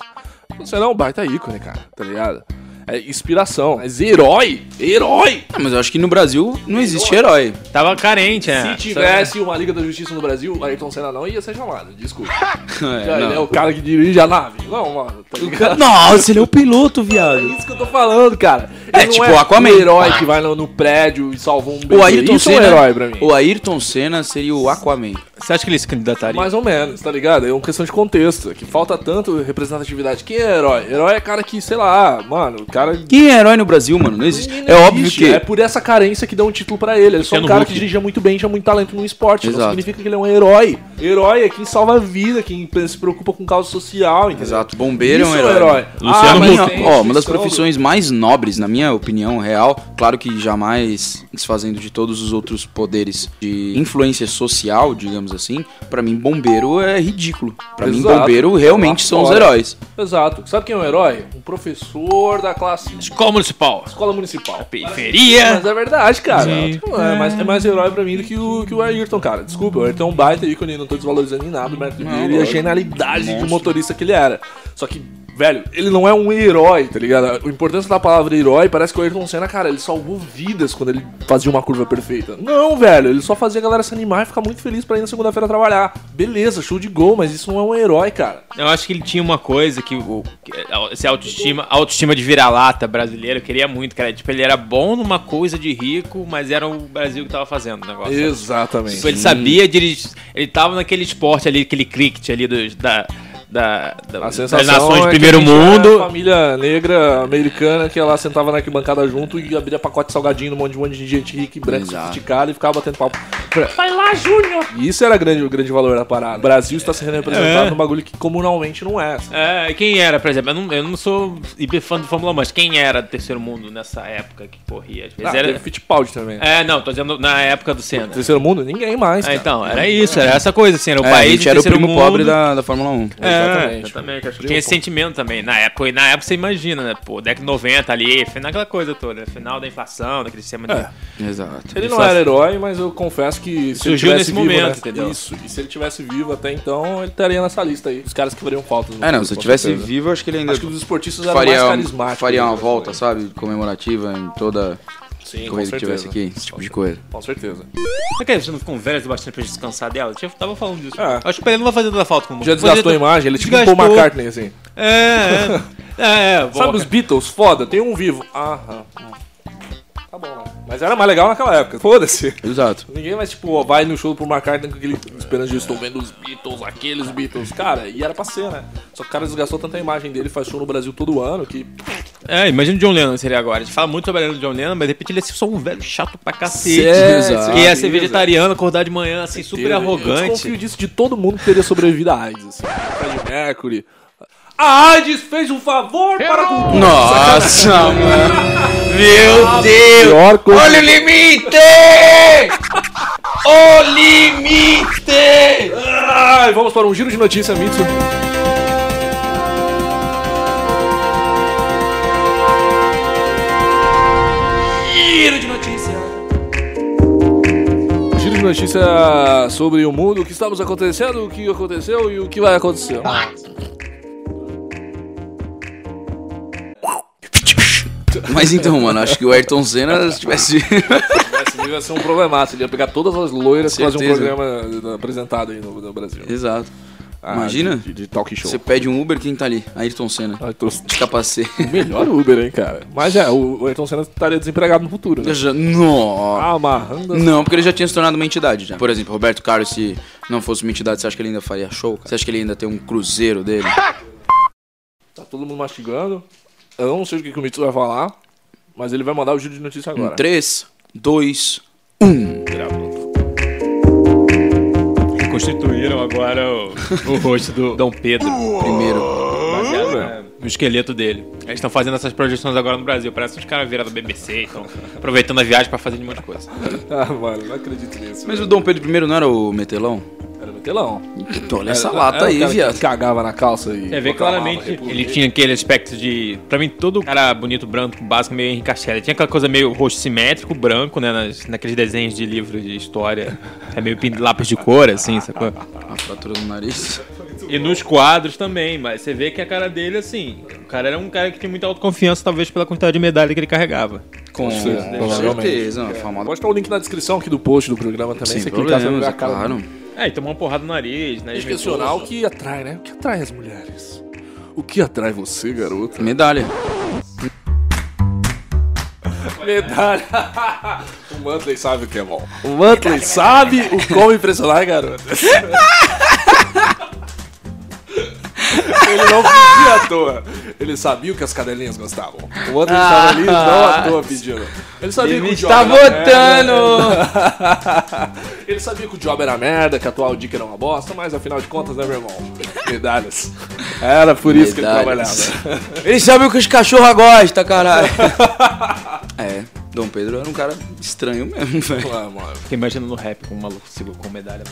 [SPEAKER 1] Você não é um baita ícone, cara, tá ligado? É inspiração. Mas herói, herói.
[SPEAKER 2] Ah, mas eu acho que no Brasil não existe herói.
[SPEAKER 4] Tava carente, né?
[SPEAKER 1] Se tivesse uma Liga da Justiça no Brasil, Ayrton Senna não ia ser chamado, desculpa. Cara, ele é
[SPEAKER 2] não.
[SPEAKER 1] o cara que dirige a nave. Não, mano, tá ligado?
[SPEAKER 2] Nossa, ele é o piloto,
[SPEAKER 1] É
[SPEAKER 2] viado.
[SPEAKER 1] isso que eu tô falando, cara. Ele
[SPEAKER 2] É,
[SPEAKER 1] não
[SPEAKER 2] tipo o Aquaman.
[SPEAKER 1] O herói que vai no, no prédio e salva um bebê.
[SPEAKER 2] O Ayrton
[SPEAKER 1] isso é um
[SPEAKER 2] Senna.
[SPEAKER 1] herói pra mim.
[SPEAKER 2] O Ayrton Senna seria o Aquaman.
[SPEAKER 4] Você acha que ele se candidataria?
[SPEAKER 1] Mais ou menos, tá ligado? É uma questão de contexto. Que falta tanto representatividade. Quem é herói? Herói é cara que, sei lá, mano, o cara.
[SPEAKER 2] Quem é herói no Brasil, mano? Não existe.
[SPEAKER 1] Não
[SPEAKER 2] É óbvio
[SPEAKER 1] existe.
[SPEAKER 2] que.
[SPEAKER 1] É por essa carência que dá um título pra ele. Ele é só um
[SPEAKER 4] Luciano
[SPEAKER 1] cara
[SPEAKER 4] Huck.
[SPEAKER 1] que dirige muito bem, tinha muito talento no esporte. Não
[SPEAKER 2] Exato.
[SPEAKER 1] significa que ele é um herói. Herói é quem salva a vida, quem se preocupa com causa social, entendeu?
[SPEAKER 2] Exato, bombeiro
[SPEAKER 1] Isso
[SPEAKER 2] é um herói.
[SPEAKER 1] Ah,
[SPEAKER 2] Pra
[SPEAKER 4] Luciano
[SPEAKER 1] mas
[SPEAKER 2] mim,
[SPEAKER 4] Huck.
[SPEAKER 2] ó,
[SPEAKER 1] tem
[SPEAKER 2] ó, uma das
[SPEAKER 1] questão do-
[SPEAKER 2] profissões mais nobres, na minha opinião real, claro que jamais desfazendo de todos os outros poderes de influência social, digamos assim, pra mim bombeiro é ridículo. Pra mim
[SPEAKER 1] Exato.
[SPEAKER 2] bombeiro realmente
[SPEAKER 1] Lá
[SPEAKER 2] são os
[SPEAKER 1] fora.
[SPEAKER 2] heróis.
[SPEAKER 1] Exato. Sabe quem é um herói? Um professor da classe
[SPEAKER 4] Escola municipal.
[SPEAKER 1] escola municipal.
[SPEAKER 4] Periferia.
[SPEAKER 1] Mas é verdade, cara.
[SPEAKER 4] Sim.
[SPEAKER 1] Tipo, é, mais, é mais herói pra mim do que o, que o Ayrton, cara. Desculpa, o Ayrton é um baita ícone, não tô desvalorizando em nada o mérito dele e a
[SPEAKER 2] lógico.
[SPEAKER 1] genialidade de um
[SPEAKER 2] Monstro.
[SPEAKER 1] motorista que ele era. Só que velho, ele não é um herói, tá ligado? A importância da palavra herói parece que o Ayrton Senna, cara, ele salvou vidas quando ele fazia uma curva perfeita. Não, velho, ele só fazia a galera se animar e ficar muito feliz pra ir na segunda-feira trabalhar. Beleza, show de gol, mas isso não é um herói, cara.
[SPEAKER 4] Eu acho que ele tinha uma coisa que o que- esse autoestima, autoestima de vira-lata brasileiro eu queria muito, cara. Tipo, ele era bom numa coisa de rico, mas era o Brasil que tava fazendo o negócio.
[SPEAKER 1] Exatamente.
[SPEAKER 4] Tipo, ele sabia dirigir. Ele tava naquele esporte ali, aquele cricket ali dos, da, da, da-
[SPEAKER 1] A
[SPEAKER 4] das
[SPEAKER 1] sensação
[SPEAKER 4] nações
[SPEAKER 1] é
[SPEAKER 4] do
[SPEAKER 1] que
[SPEAKER 4] primeiro
[SPEAKER 1] a gente era
[SPEAKER 4] mundo.
[SPEAKER 1] a família negra americana que ela sentava na arquibancada junto e abria pacote de salgadinho num monte de, monte de gente rica e branca
[SPEAKER 2] Exato.
[SPEAKER 1] sofisticada e ficava batendo papo. Vai lá, Júnior! E isso era grande, o grande valor da parada. O Brasil está sendo representado
[SPEAKER 4] É.
[SPEAKER 1] num bagulho que comunalmente não é. assim.
[SPEAKER 4] É, quem era, por exemplo, eu não, eu não sou hiper fã do Fórmula 1, mas quem era do terceiro mundo nessa época que corria? Às vezes
[SPEAKER 1] Ah, teve
[SPEAKER 4] era...
[SPEAKER 1] Fittipaldi também.
[SPEAKER 4] É, não, tô dizendo na época do Senna.
[SPEAKER 1] Terceiro mundo? Ninguém mais,
[SPEAKER 4] Ah,
[SPEAKER 1] cara.
[SPEAKER 4] então, era isso, era essa coisa, assim, era o
[SPEAKER 2] É, a
[SPEAKER 4] país
[SPEAKER 2] gente
[SPEAKER 4] do
[SPEAKER 2] era o
[SPEAKER 4] terceiro
[SPEAKER 2] primo
[SPEAKER 4] mundo.
[SPEAKER 2] pobre da, da Fórmula 1.
[SPEAKER 4] É,
[SPEAKER 1] Exatamente.
[SPEAKER 4] exatamente.
[SPEAKER 1] Primo
[SPEAKER 4] Tinha esse
[SPEAKER 1] pobre.
[SPEAKER 4] sentimento também, na época, e na época você imagina, né, pô, década de 90 ali, foi naquela coisa toda, né, final da inflação, daquele sistema de...
[SPEAKER 1] É.
[SPEAKER 2] Exato.
[SPEAKER 1] Ele não era herói, mas eu confesso que se
[SPEAKER 4] Surgiu
[SPEAKER 1] ele
[SPEAKER 4] nesse
[SPEAKER 1] tivesse vivo,
[SPEAKER 4] momento,
[SPEAKER 1] né?
[SPEAKER 4] entendeu?
[SPEAKER 1] Isso. E se ele tivesse vivo até então, ele estaria nessa lista aí. Os caras que fariam falta. no
[SPEAKER 2] É, não,
[SPEAKER 1] futuro,
[SPEAKER 2] se eu
[SPEAKER 1] com
[SPEAKER 2] tivesse
[SPEAKER 1] certeza.
[SPEAKER 2] vivo, eu acho que ele ainda
[SPEAKER 1] Acho que os esportistas eram
[SPEAKER 2] faria,
[SPEAKER 1] mais carismáticos.
[SPEAKER 2] faria uma
[SPEAKER 1] né?
[SPEAKER 2] volta, sabe? Comemorativa em toda
[SPEAKER 1] Sim,
[SPEAKER 2] corrida que tivesse aqui, esse tipo de coisa.
[SPEAKER 1] Com certeza.
[SPEAKER 4] Por que você não ficou um velho o bastante pra descansar dela? Eu tava falando disso.
[SPEAKER 1] É.
[SPEAKER 4] Acho que ele não vai fazer tanta falta com o
[SPEAKER 1] Já desgastou a imagem, ele é tipo um Paul
[SPEAKER 4] tá Desgastou.
[SPEAKER 1] McCartney, assim.
[SPEAKER 4] É, é. É, é,
[SPEAKER 1] Sabe
[SPEAKER 4] boa.
[SPEAKER 1] os Beatles? Foda, tem um vivo. Aham. Tá bom, né? Mas era mais legal naquela época. Foda-se.
[SPEAKER 2] Exato.
[SPEAKER 1] Ninguém mais, tipo, ó, vai no show pro McCartney com aquele esperança de eu estou vendo os Beatles, aqueles Beatles. Cara, e era pra ser, né? Só que o cara desgastou tanta imagem dele, faz show no Brasil todo ano, que
[SPEAKER 4] É, imagina o John Lennon seria agora. A gente fala muito sobre o John Lennon, mas de repente ele é só um velho chato pra cacete.
[SPEAKER 2] Certeza.
[SPEAKER 4] Que ia ser
[SPEAKER 1] Certeza.
[SPEAKER 4] vegetariano, acordar de manhã, assim, super
[SPEAKER 1] Eu desconfio
[SPEAKER 4] arrogante.
[SPEAKER 1] disso de todo mundo que teria sobrevivido à AIDS. Assim. Fred Mercury. A AIDS fez um favor para a cultura.
[SPEAKER 2] Nossa, mano. Meu Deus.
[SPEAKER 1] Pior coisa.
[SPEAKER 2] Olha o limite! O limite!
[SPEAKER 1] Ai, vamos para um giro de notícia, Mitsu. Giro de notícia. Um Giro de notícia sobre o mundo, o que estamos acontecendo, o que aconteceu e o que vai acontecer.
[SPEAKER 2] Ah, Mas então, mano, acho que o Ayrton Senna se tivesse.
[SPEAKER 1] Esse livro ia ser um problemático, ele ia pegar todas as loiras e fazer um
[SPEAKER 2] Certeza.
[SPEAKER 1] programa apresentado aí no, no Brasil.
[SPEAKER 2] Exato.
[SPEAKER 1] Ah,
[SPEAKER 2] Imagina?
[SPEAKER 1] De, de talk show.
[SPEAKER 2] Você pede um Uber, quem tá ali? Ayrton Senna.
[SPEAKER 1] Ah, trouxe
[SPEAKER 2] De capacete.
[SPEAKER 1] melhor Uber, hein, cara. Mas é, o o Ayrton Senna estaria desempregado no futuro, né? Tá
[SPEAKER 2] Já- Nossa.
[SPEAKER 1] Amarrando as
[SPEAKER 2] Não, porque ele já tinha se tornado uma entidade já. Por exemplo, Roberto Carlos, se não fosse uma entidade, você acha que ele ainda faria show? cara? Você acha que ele ainda tem um cruzeiro dele?
[SPEAKER 1] Tá todo mundo mastigando. Eu não sei o que, que o Mitsu vai falar, mas ele vai mandar o giro de notícia agora.
[SPEAKER 2] 3, 2,
[SPEAKER 4] Reconstituíram agora o, o rosto do Dom Pedro.
[SPEAKER 2] primeiro.
[SPEAKER 4] baseado na- no esqueleto dele. Eles estão fazendo essas projeções agora no Brasil. Parece uns caras viraram da BBC, então aproveitando a viagem pra fazer um monte de coisa.
[SPEAKER 1] Ah, mano, não acredito nisso.
[SPEAKER 2] Mas o Dom Pedro I não era o metelão?
[SPEAKER 1] Era metelão.
[SPEAKER 2] Então, olha essa
[SPEAKER 1] Era-
[SPEAKER 2] lata
[SPEAKER 1] era o
[SPEAKER 2] aí,
[SPEAKER 1] cara que
[SPEAKER 2] viado.
[SPEAKER 1] cagava na calça e.
[SPEAKER 4] É, vê
[SPEAKER 1] proclamava
[SPEAKER 4] claramente.
[SPEAKER 1] república.
[SPEAKER 4] Ele tinha aquele aspecto de. Pra mim, todo cara bonito, branco, básico, meio Henrique Castelli. Tinha aquela coisa meio rosto simétrico, branco, né? nas- naqueles desenhos de livros de história. É meio pin- lápis de cor, assim, sacou?
[SPEAKER 2] A fratura do nariz.
[SPEAKER 4] E nos quadros também, mas você vê que a cara dele, assim. O cara era um cara que tinha muita autoconfiança, talvez pela quantidade de medalha que ele carregava.
[SPEAKER 2] Com, com
[SPEAKER 1] provavelmente.
[SPEAKER 2] certeza, uma famosa.
[SPEAKER 1] Pode estar o link na descrição aqui do post do programa também.
[SPEAKER 2] Sem
[SPEAKER 1] você clicar, você vai ver
[SPEAKER 2] problemas,
[SPEAKER 1] a cara.
[SPEAKER 2] né? claro.
[SPEAKER 4] É, e tomou uma porrada no nariz, né?
[SPEAKER 1] Inspecional que atrai, né? O que atrai as mulheres? O que atrai você, garota?
[SPEAKER 2] Medalha.
[SPEAKER 1] Medalha. o Mantley sabe o que é bom. O Mantley sabe o como impressionar, garota. Ele não pedia à toa. Ele sabia o que as cadelinhas gostavam. O Mantley estava ali não à toa pedindo. Ah. Ele sabia que o job
[SPEAKER 2] Tá
[SPEAKER 1] era merda.
[SPEAKER 2] votando!
[SPEAKER 1] Ele sabia que o job era merda, que a atual dica era uma bosta, mas afinal de contas, né, meu irmão? Medalhas. Era por isso que ele
[SPEAKER 2] Medalhas.
[SPEAKER 1] trabalhava.
[SPEAKER 2] Ele sabe o que os cachorros gostam, caralho. é, Dom Pedro era um cara estranho mesmo, velho.
[SPEAKER 1] Ah, mano,
[SPEAKER 4] Fiquei imaginando no rap com um maluco segurando com medalha.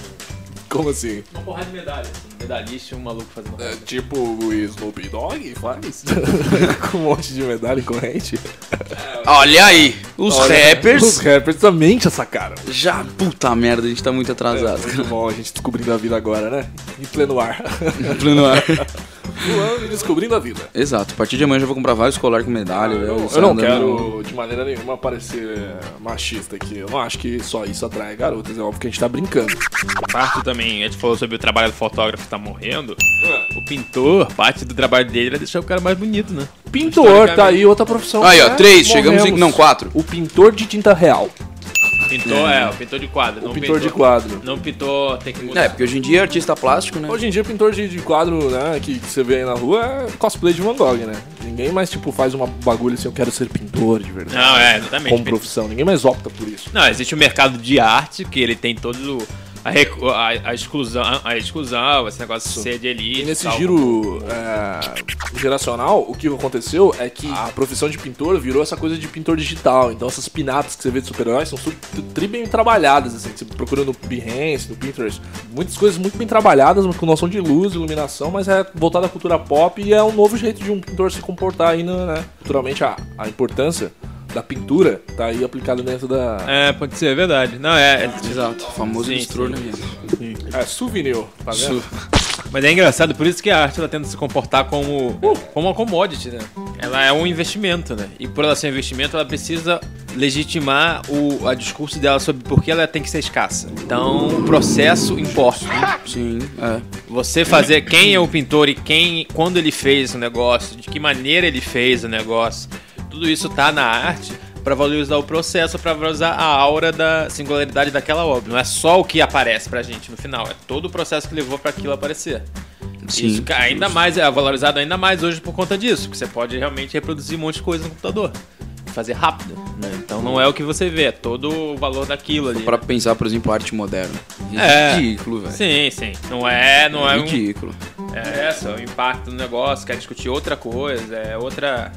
[SPEAKER 1] como assim?
[SPEAKER 4] Uma porrada de medalha. Um medalhista e um maluco fazendo.
[SPEAKER 1] É tipo o Snoop Dogg faz? Com um monte de medalha em corrente.
[SPEAKER 2] Olha aí, os
[SPEAKER 1] Os
[SPEAKER 4] né?
[SPEAKER 2] rappers.
[SPEAKER 1] rappers também tinha essa cara.
[SPEAKER 2] Já, puta merda, a gente tá muito atrasado.
[SPEAKER 1] Muito bom a gente descobrindo a vida agora, né? Em pleno ar.
[SPEAKER 2] Em pleno ar.
[SPEAKER 1] voando e descobrindo a vida.
[SPEAKER 2] Exato, a partir de amanhã eu já vou comprar vários colares com medalha.
[SPEAKER 1] Eu, eu
[SPEAKER 2] é, né?
[SPEAKER 1] não quero de maneira nenhuma parecer eh, machista aqui. Eu não acho que só isso atrai garotas. É óbvio que a gente tá brincando.
[SPEAKER 4] Parto também, a gente falou sobre o trabalho do fotógrafo que tá morrendo. O pintor, parte do trabalho dele era deixar o cara mais bonito, né?
[SPEAKER 1] Pintor, tá aí outra profissão.
[SPEAKER 2] Aí, ó,
[SPEAKER 1] né?
[SPEAKER 2] três, chegamos em.
[SPEAKER 1] Morremos.
[SPEAKER 2] Não, quatro.
[SPEAKER 1] O pintor de tinta real.
[SPEAKER 4] Pintor, é, o pintor de quadro.
[SPEAKER 1] O pintor de quadro.
[SPEAKER 4] Não pintor, tem que mudar.
[SPEAKER 2] É, porque hoje em dia é artista plástico, né?
[SPEAKER 1] Hoje em dia, pintor de, de quadro, né, que, que você vê aí na rua é cosplay de Van Gogh, né? Ninguém mais, tipo, faz uma bagulho assim, eu quero ser pintor de verdade.
[SPEAKER 4] Não, é, exatamente.
[SPEAKER 1] Como profissão. Ninguém mais opta por isso.
[SPEAKER 4] Não, existe o mercado de arte, que ele tem todo o- a, recu- a- a exclusão, a exclusão, esse negócio de ser de elite.
[SPEAKER 1] E nesse
[SPEAKER 4] tal.
[SPEAKER 1] giro é, geracional, o que aconteceu é que a profissão de pintor virou essa coisa de pintor digital. Então essas pin-ups que você vê de super-heróis são super, tri bem trabalhadas, assim. que Você procura no Behance, no Pinterest, muitas coisas muito bem trabalhadas, mas com noção de luz, iluminação, mas é voltada à cultura pop e é um novo jeito de um pintor se comportar aí, no, né? Culturalmente, a, a importância da pintura tá aí aplicada dentro da...
[SPEAKER 4] É, pode ser, é verdade. Não, é. é-
[SPEAKER 2] Exato, famoso
[SPEAKER 4] Sim,
[SPEAKER 2] bistrô,
[SPEAKER 4] sim.
[SPEAKER 2] né, mesmo?
[SPEAKER 1] É, souvenir, tá vendo?
[SPEAKER 4] Mas é engraçado, por isso que a arte ela tenta se comportar como, como uma commodity, né? Ela é um investimento, né? E por ela ser um investimento, ela precisa legitimar o a discurso dela sobre por que ela tem que ser escassa. Então, o processo importa. né?
[SPEAKER 2] Sim, é.
[SPEAKER 4] Você fazer quem é o pintor e quem, quando ele fez o negócio, de que maneira ele fez o negócio, tudo isso tá na arte pra valorizar o processo, pra valorizar a aura da singularidade daquela obra. Não é só o que aparece pra gente no final, é todo o processo que levou pra aquilo aparecer.
[SPEAKER 2] Sim.
[SPEAKER 4] Isso ca- ainda mais é valorizado ainda mais hoje por conta disso, que você pode realmente reproduzir um monte de coisa no computador, fazer rápido, né? Então não é o que você vê, é todo o valor daquilo ali.
[SPEAKER 2] Pra pensar, por exemplo, arte moderna.
[SPEAKER 4] É.
[SPEAKER 2] Ridículo, velho.
[SPEAKER 4] Sim, sim. Não é, não é um
[SPEAKER 2] Ridículo.
[SPEAKER 4] É essa, o impacto do negócio, quer discutir outra coisa, é outra.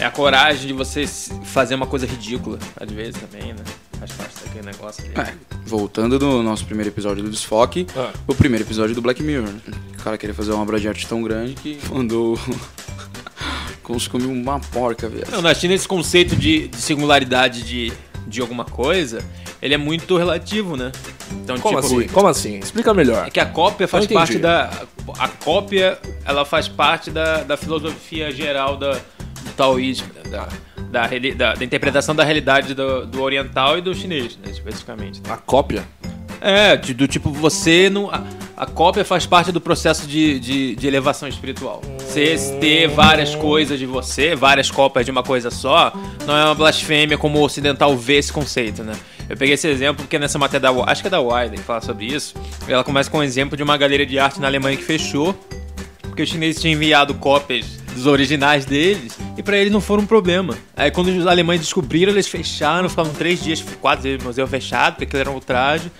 [SPEAKER 4] É a coragem de você s- fazer uma coisa ridícula, às vezes também, né? Faz parte daquele negócio ali.
[SPEAKER 2] É, voltando do nosso primeiro episódio do Desfoque,
[SPEAKER 1] Ah.
[SPEAKER 2] o primeiro episódio do Black Mirror. né? O cara queria fazer uma obra de arte tão grande que mandou. Consumir uma porca, velho.
[SPEAKER 4] Não, na China esse conceito de, de singularidade de, de alguma coisa, ele é muito relativo, né? Então,
[SPEAKER 1] Como
[SPEAKER 4] tipo,
[SPEAKER 1] assim? Como assim? Explica melhor.
[SPEAKER 4] É que a cópia faz
[SPEAKER 1] Eu entendi.
[SPEAKER 4] parte da. A cópia, ela faz parte da, da filosofia geral da, do taoísmo, né? da, da, reali- da- da interpretação da realidade do, do oriental e do chinês, né, especificamente.
[SPEAKER 1] A cópia?
[SPEAKER 4] É, de- do tipo, você não. A, a cópia faz parte do processo de, de, de elevação espiritual. Você ter várias coisas de você, várias cópias de uma coisa só, não é uma blasfêmia como o ocidental vê esse conceito, né? Eu peguei esse exemplo porque nessa matéria da. Acho que é da Wilder que fala sobre isso. Ela começa com um exemplo de uma galeria de arte na Alemanha que fechou porque os chineses tinham enviado cópias dos originais deles e pra eles não foram um problema. Aí quando os alemães descobriram, eles fecharam, ficaram três dias, quatro dias no museu fechado, porque aquilo era um ultraje.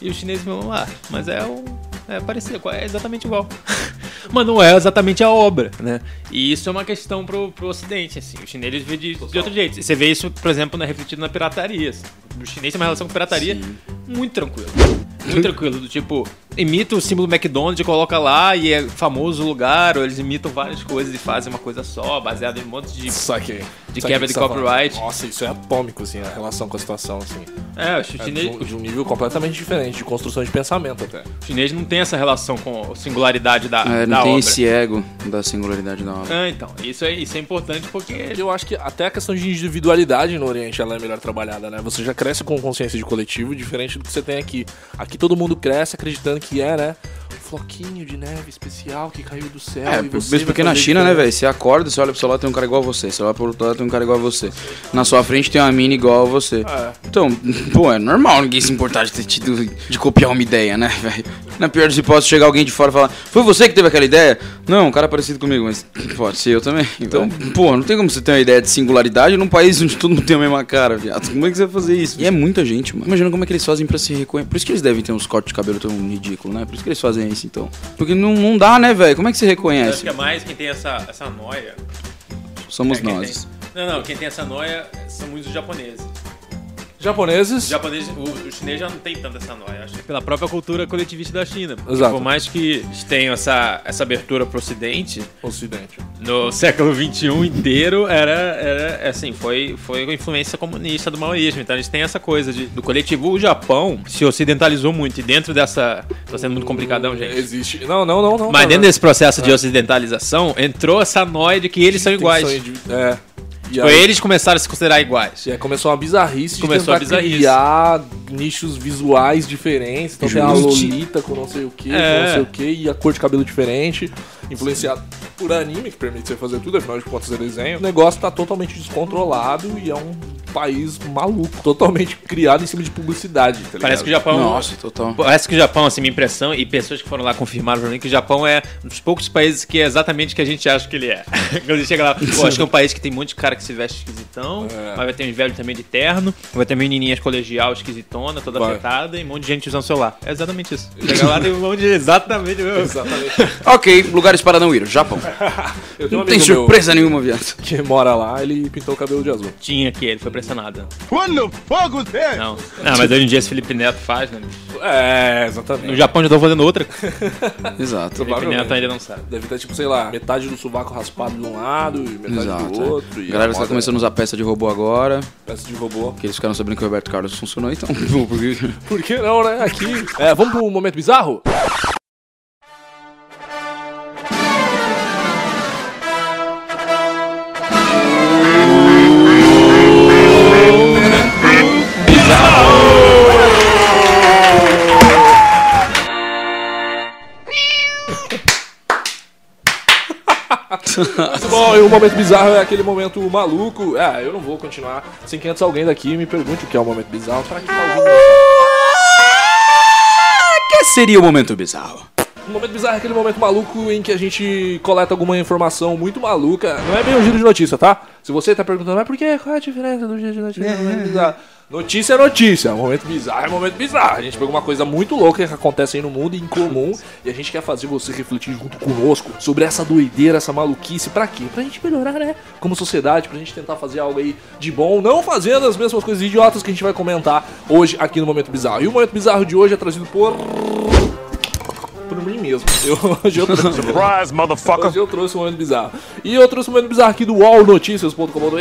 [SPEAKER 4] E os chineses falaram, ah, mas é um... É parecido, é exatamente igual. mas não é exatamente a obra, né? E isso é uma questão pro, pro ocidente, assim. Os chineses vê de, de outro jeito. E Você vê isso, por exemplo, na, refletido na pirataria. Assim. O chinês tem uma relação com pirataria muito tranquila. Muito tranquilo, do tipo, imita o símbolo McDonald's e coloca lá e é famoso o lugar, ou eles imitam várias coisas e fazem uma coisa só, baseado em um monte de.
[SPEAKER 1] Saquei.
[SPEAKER 4] De
[SPEAKER 1] Saquei
[SPEAKER 4] quebra
[SPEAKER 1] o que
[SPEAKER 4] de
[SPEAKER 1] você tá falando.
[SPEAKER 4] copyright.
[SPEAKER 1] Nossa, isso é atômico, assim, a relação com a situação, assim.
[SPEAKER 4] É, o
[SPEAKER 1] É de,
[SPEAKER 4] chinês,
[SPEAKER 1] um, de um nível completamente diferente, de construção de pensamento até.
[SPEAKER 4] o chinês não tem essa relação com a singularidade da,
[SPEAKER 2] É,
[SPEAKER 4] Ah, da
[SPEAKER 2] não tem
[SPEAKER 4] obra.
[SPEAKER 2] esse ego da singularidade da obra.
[SPEAKER 4] Ah, então, isso é, isso é importante porque.
[SPEAKER 1] Eu acho que até a questão de individualidade no Oriente ela é melhor trabalhada, né? Você já cresce com consciência de coletivo, diferente do que você tem aqui. Aqui todo mundo cresce acreditando que é, né? Um floquinho de neve especial que caiu do céu.
[SPEAKER 2] É,
[SPEAKER 1] e você
[SPEAKER 2] mesmo porque
[SPEAKER 1] vai
[SPEAKER 2] na
[SPEAKER 1] fazer
[SPEAKER 2] China, né,
[SPEAKER 1] diferente.
[SPEAKER 2] velho? Você acorda, você olha pro seu lado, tem um cara igual a você. Você olha pro outro lado, tem um cara igual a você. Na sua frente tem uma mina igual a você. Então, pô, é normal ninguém se importar de ter tido, de copiar uma ideia, né, velho? Na pior das hipóteses, chegar alguém de fora e falar, foi você que teve aquela ideia? Não, um cara é parecido comigo, mas pode ser eu também. Então, pô, não tem como você ter uma ideia de singularidade num país onde todo mundo tem a mesma cara, viado. Como é que você vai fazer isso? E é muita gente, mano. Imagina como é que eles fazem pra se reconhecer. Por isso que eles devem ter uns cortes de cabelo tão ridículo, né? Por isso que eles fazem isso, então. Porque não, não dá, né, velho? Como é que você
[SPEAKER 4] Eu acho
[SPEAKER 2] reconhece?
[SPEAKER 4] que é mais quem tem essa, essa noia.
[SPEAKER 2] Somos
[SPEAKER 4] É, quem
[SPEAKER 2] nós.
[SPEAKER 4] tem- Não, não, quem tem essa noia são muitos japoneses.
[SPEAKER 1] Japoneses.
[SPEAKER 4] O japonês, o, o chinês já não tem tanta essa noia, eu acho. que Pela própria cultura coletivista da China. Porque
[SPEAKER 1] Exato.
[SPEAKER 4] Por mais que eles tenham essa, essa abertura pro ocidente,
[SPEAKER 1] Ocidente.
[SPEAKER 4] no século XXI inteiro era, era assim, foi, foi a influência comunista do maoísmo. Então eles têm essa coisa de, do coletivo. O Japão se ocidentalizou muito e dentro dessa. Tô Tá sendo muito complicadão, gente.
[SPEAKER 1] Existe. Não, não, não, não.
[SPEAKER 4] Mas assim,
[SPEAKER 1] tá,
[SPEAKER 4] dentro
[SPEAKER 1] né?
[SPEAKER 4] desse processo de ocidentalização, entrou essa noia de que eles são
[SPEAKER 1] Tem
[SPEAKER 4] iguais. Tipo,
[SPEAKER 1] que ser indivi- É. E
[SPEAKER 4] Foi
[SPEAKER 1] aí-
[SPEAKER 4] eles começaram a se considerar iguais.
[SPEAKER 1] E aí começou uma bizarrice de
[SPEAKER 4] Começou a
[SPEAKER 1] tentar
[SPEAKER 4] bizarrice.
[SPEAKER 1] criar nichos visuais diferentes. Então tem a
[SPEAKER 2] Justo.
[SPEAKER 1] Lolita com não sei o que,
[SPEAKER 4] É.
[SPEAKER 1] com não sei o que, e a cor de cabelo diferente, influenciado por anime, que permite você fazer tudo, afinal de contas é desenho. O negócio tá totalmente descontrolado e é um país maluco, totalmente criado em cima de publicidade, tá ligado?
[SPEAKER 4] Parece que o Japão.
[SPEAKER 2] Nossa, total.
[SPEAKER 4] Parece que o Japão, assim, minha impressão, e pessoas que foram lá confirmaram pra mim que o Japão é um dos poucos países que é exatamente o que a gente acha que ele é. Quando ele chega lá, pô, acho que é um país que tem um monte de cara que se veste esquisitão, mas vai ter uns velhos também de terno, vai ter menininhas colegial esquisitona, toda
[SPEAKER 1] Vai.
[SPEAKER 4] afetada, e um monte de gente usando celular. É exatamente isso. Chega lá, tem um monte de. Exatamente.
[SPEAKER 1] Exatamente.
[SPEAKER 2] Ok, lugares para não ir. Japão.
[SPEAKER 1] Eu tenho um
[SPEAKER 2] Não tem
[SPEAKER 1] amigo
[SPEAKER 2] surpresa nenhuma, viado.
[SPEAKER 1] meu que mora lá, ele pintou o cabelo de azul.
[SPEAKER 4] Tinha que ele foi pressionado.
[SPEAKER 7] Quando fogo tem!
[SPEAKER 4] Não. Não, mas hoje em dia esse Felipe Neto faz, né?
[SPEAKER 1] É, exatamente.
[SPEAKER 4] No Japão já estão fazendo outra.
[SPEAKER 2] Exato.
[SPEAKER 4] Felipe Neto
[SPEAKER 1] Provavelmente.
[SPEAKER 4] ainda não sabe.
[SPEAKER 1] Deve ter, tipo, sei lá, metade do sovaco raspado de um lado e metade
[SPEAKER 2] Exato.
[SPEAKER 1] do outro.
[SPEAKER 2] é.
[SPEAKER 1] e
[SPEAKER 2] A galera
[SPEAKER 1] a
[SPEAKER 2] está
[SPEAKER 1] moda
[SPEAKER 2] começando a usar peça de robô agora,
[SPEAKER 1] é Peça de robô.
[SPEAKER 2] porque eles ficaram sabendo que o Roberto Carlos funcionou, então. porque-
[SPEAKER 1] Por que não, né? Aqui. É, vamos pro momento bizarro? Bom, e o momento bizarro é aquele momento maluco. É, eu não vou continuar sem que antes alguém daqui me pergunte o que é o momento bizarro. Pra que tá ouvindo?
[SPEAKER 2] Ah, que seria o momento bizarro?
[SPEAKER 1] O momento bizarro é aquele momento maluco em que a gente coleta alguma informação muito maluca. Não é bem um giro de notícia, tá? Se você tá perguntando, mas por que? Qual é a diferença do giro de notícia e do momento bizarro? Notícia é notícia, momento bizarro é momento bizarro. A gente pega uma coisa muito louca que acontece aí no mundo, incomum, e a gente quer fazer você refletir junto conosco sobre essa doideira, essa maluquice. Pra quê? Pra gente melhorar, né? Como sociedade, pra gente tentar fazer algo aí de bom, não fazendo as mesmas coisas idiotas que a gente vai comentar hoje aqui no Momento Bizarro. E o Momento Bizarro de hoje é trazido por por mim mesmo. Eu, hoje eu trouxe.
[SPEAKER 7] Surprise, motherfucker!
[SPEAKER 1] Hoje eu trouxe um momento bizarro. E eu trouxe um momento bizarro aqui do wallnoticias.com.br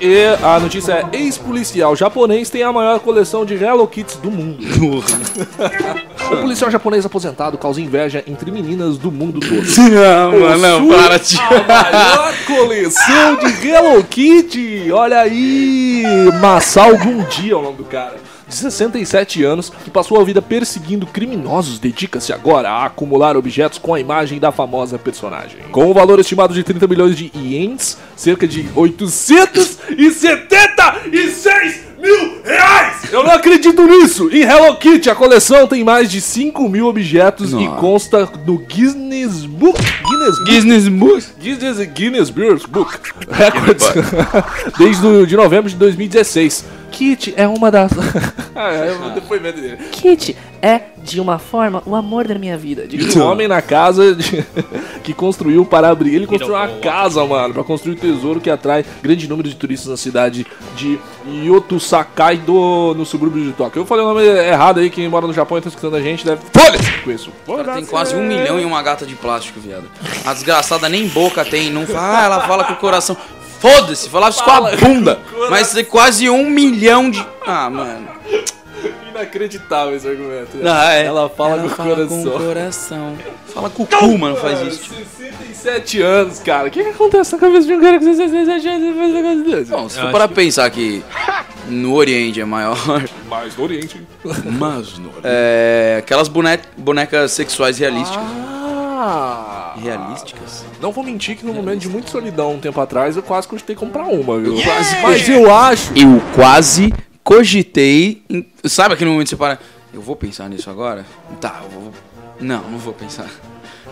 [SPEAKER 1] e a notícia é ex-policial japonês tem a maior coleção de Hello Kits do mundo. o policial japonês aposentado causa inveja entre meninas do mundo todo.
[SPEAKER 2] Não,
[SPEAKER 1] mano, para, A maior coleção de Hello Kitty! Olha aí! Massal Gundia é o nome do cara. De 67 anos, que passou a vida perseguindo criminosos, dedica-se agora a acumular objetos com a imagem da famosa personagem. Com um valor estimado de 30 milhões de ienes, cerca de 876 mil reais! Eu não acredito nisso! Em Hello Kitty, a coleção tem mais de 5 mil objetos e
[SPEAKER 2] Nossa.
[SPEAKER 1] consta no Guinness Book. Guinness Book.
[SPEAKER 2] Business Boost.
[SPEAKER 1] Guinness, Guinness Beers Book Records desde o- de novembro de 2016. Kit é uma das. ah, é o depoimento dele.
[SPEAKER 8] Kit é, de uma forma, o amor da minha vida.
[SPEAKER 1] De um homem na casa de- que construiu para abrir. Ele construiu uma casa, mano, para construir o tesouro que atrai grande número de turistas na cidade de Yotosakai, do, no subúrbio de Tóquio. Eu falei o nome errado aí, quem mora no Japão e tá escutando a gente deve. Foda-se com isso.
[SPEAKER 2] Tem quase um milhão em uma gata de plástico, viado. A desgraçada nem boca tem, não fala. Ah, ela fala com o coração. Foda-se, falava isso com a bunda. Mas tem quase um milhão de. Ah, mano.
[SPEAKER 1] Inacreditável esse argumento. né?
[SPEAKER 2] Ah, é.
[SPEAKER 1] Ela fala com o
[SPEAKER 2] com
[SPEAKER 1] coração.
[SPEAKER 2] o coração. Fala com o cu, mano, faz isso. Tipo.
[SPEAKER 1] 67 anos, cara. O que, que acontece na cabeça de um cara com 67 anos e faz um negócio desse?
[SPEAKER 2] Bom, se for para pensar que no Oriente é maior,
[SPEAKER 1] mais do Oriente.
[SPEAKER 2] mas no Oriente. É, aquelas bone- bonecas sexuais realísticas.
[SPEAKER 1] Ah!
[SPEAKER 2] Realísticas?
[SPEAKER 1] Não vou mentir que no momento de muita solidão um tempo atrás eu quase cogitei comprar uma, viu? Quase, Mas eu acho.
[SPEAKER 2] Eu quase cogitei. em- Sabe aquele momento que você para. Eu vou pensar nisso agora? Tá, eu vou. Não, não vou pensar.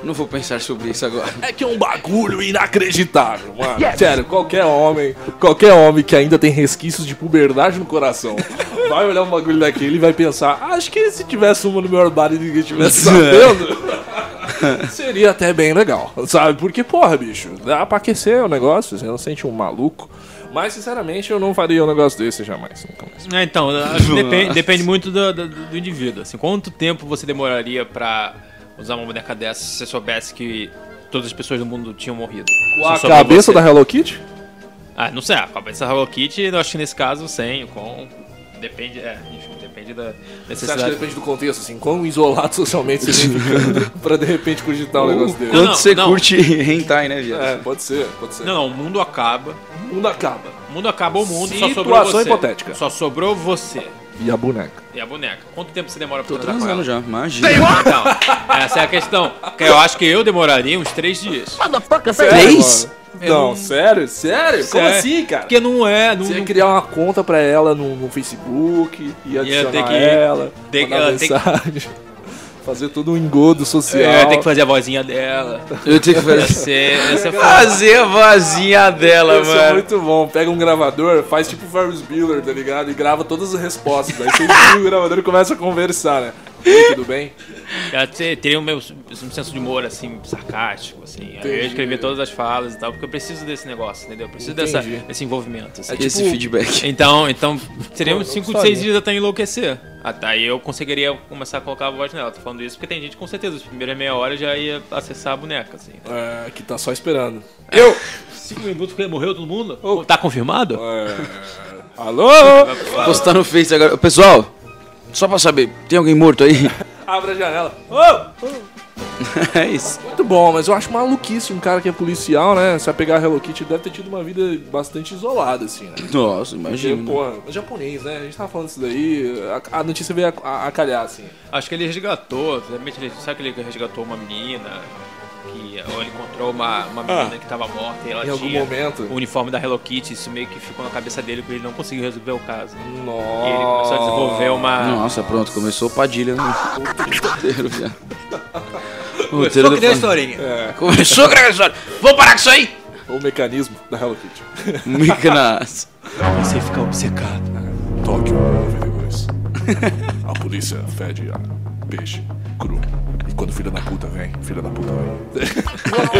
[SPEAKER 2] Não vou pensar sobre isso agora.
[SPEAKER 1] É que é um bagulho inacreditável, mano. Sério, qualquer homem, qualquer homem que ainda tem resquícios de puberdade no coração, vai olhar um bagulho daquele e vai pensar, "Ah, acho que se tivesse uma no meu armário e ninguém tivesse sabendo, seria até bem legal, sabe? Porque, porra, bicho, dá pra aquecer o negócio, você não sente um maluco. Mas, sinceramente, eu não faria um negócio desse jamais. Nunca mais.
[SPEAKER 4] É, então, acho que depende, depende muito do, do- do indivíduo. Assim, quanto tempo você demoraria pra usar uma boneca dessa se você soubesse que todas as pessoas do mundo tinham morrido? Só
[SPEAKER 1] A
[SPEAKER 4] sobrou
[SPEAKER 1] cabeça
[SPEAKER 4] você.
[SPEAKER 1] da Hello Kitty?
[SPEAKER 4] Ah, não sei, a cabeça da Hello Kitty, eu acho que nesse caso, sem, com. Depende, é, enfim, depende da
[SPEAKER 1] Você acha que
[SPEAKER 4] necessidade.
[SPEAKER 1] depende do contexto, assim, quão isolado socialmente você tem ficando pra de repente cogitar um negócio desse?
[SPEAKER 4] Não,
[SPEAKER 2] Quanto
[SPEAKER 4] não,
[SPEAKER 2] você
[SPEAKER 4] não.
[SPEAKER 2] curte hentai, né, viado?
[SPEAKER 1] É, pode ser, pode ser.
[SPEAKER 4] Não, não, o mundo acaba.
[SPEAKER 1] O mundo acaba.
[SPEAKER 4] O mundo acaba o mundo, só sobrou
[SPEAKER 1] Situação
[SPEAKER 4] você.
[SPEAKER 1] hipotética.
[SPEAKER 4] Só sobrou você
[SPEAKER 1] E a boneca?
[SPEAKER 4] e a boneca. Quanto tempo você demora pra
[SPEAKER 2] Tô
[SPEAKER 4] transar com ela?
[SPEAKER 2] transando já, imagina.
[SPEAKER 4] Então, essa é a questão. Que eu acho que eu demoraria uns três dias.
[SPEAKER 1] Ah,
[SPEAKER 8] É
[SPEAKER 2] Três?
[SPEAKER 1] É, Mano. Não, sério? Sério? Como
[SPEAKER 4] Sério.
[SPEAKER 1] assim, cara?
[SPEAKER 4] Porque não é. Não,
[SPEAKER 1] Você ia criar uma conta pra ela no, no Facebook, ia adicionar
[SPEAKER 4] ter que-
[SPEAKER 1] ela,
[SPEAKER 4] ter que-
[SPEAKER 1] mandar
[SPEAKER 4] ela tem que-
[SPEAKER 1] mensagem, fazer todo um engodo social.
[SPEAKER 4] é, tem que fazer a vozinha dela.
[SPEAKER 2] Eu tenho que
[SPEAKER 4] Ia
[SPEAKER 2] fazer.
[SPEAKER 4] ser, ia ser foda.
[SPEAKER 2] Fazer a vozinha dela,
[SPEAKER 1] Isso é
[SPEAKER 2] mano.
[SPEAKER 1] muito bom. Pega um gravador, faz tipo Ferris Bueller, tá ligado? E grava todas as respostas. Aí você liga o gravador e começa a conversar, né? Oi, tudo bem?
[SPEAKER 4] Ia ter- Teria o meu um senso de humor, assim, sarcástico, assim. Aí Eu ia
[SPEAKER 1] Entendi.
[SPEAKER 4] escrever todas as falas e tal, porque eu preciso desse negócio, entendeu? Eu preciso
[SPEAKER 1] Entendi.
[SPEAKER 4] dessa, desse envolvimento. assim.
[SPEAKER 2] Esse
[SPEAKER 1] tipo-
[SPEAKER 2] feedback.
[SPEAKER 4] Então, então, teríamos
[SPEAKER 1] Pô,
[SPEAKER 4] 5,
[SPEAKER 1] não
[SPEAKER 4] 6
[SPEAKER 1] sabia.
[SPEAKER 4] dias até enlouquecer. Até aí eu conseguiria começar a colocar a voz nela. Tô falando isso porque tem gente que, com certeza, as primeiras meia hora já ia acessar a boneca, assim.
[SPEAKER 1] É, que tá só esperando.
[SPEAKER 4] 5 minutos porque morreu todo mundo? Tá confirmado?
[SPEAKER 1] Alô?
[SPEAKER 2] Postar no Face agora. Pessoal, só pra saber, tem alguém morto aí?
[SPEAKER 1] Abre a janela. Ô!
[SPEAKER 2] É isso.
[SPEAKER 1] Muito bom, mas eu acho maluquice um cara que é policial, né? Se pegar a Hello Kitty, deve ter tido uma vida bastante isolada, assim, né?
[SPEAKER 2] Nossa,
[SPEAKER 1] Porque,
[SPEAKER 2] imagina.
[SPEAKER 1] pô, é japonês, né? A gente tava falando isso daí, a, a notícia veio a, a- a calhar, assim.
[SPEAKER 4] Acho que ele resgatou, realmente ele, sabe que ele resgatou uma menina, que, ou ele encontrou uma,
[SPEAKER 2] Ah.
[SPEAKER 4] uma menina que tava morta e ela
[SPEAKER 1] Em algum
[SPEAKER 4] tinha
[SPEAKER 1] momento.
[SPEAKER 4] o uniforme da Hello Kitty, isso meio que ficou na cabeça dele porque ele não conseguiu resolver o caso. E
[SPEAKER 1] Nossa.
[SPEAKER 4] ele começou a desenvolver uma.
[SPEAKER 2] Nossa, pronto, começou o Padilha no roteiro, viado. O roteiro
[SPEAKER 4] Começou a
[SPEAKER 2] do
[SPEAKER 4] criar
[SPEAKER 2] Padilha.
[SPEAKER 4] historinha.
[SPEAKER 2] Começou a criar história. Vou parar com isso aí!
[SPEAKER 1] O mecanismo da Hello Kitty.
[SPEAKER 2] Mica nas.
[SPEAKER 4] Você fica obcecado.
[SPEAKER 1] Tóquio 92. A polícia fede a peixe cru. E quando filha da puta vem, filha da puta vem.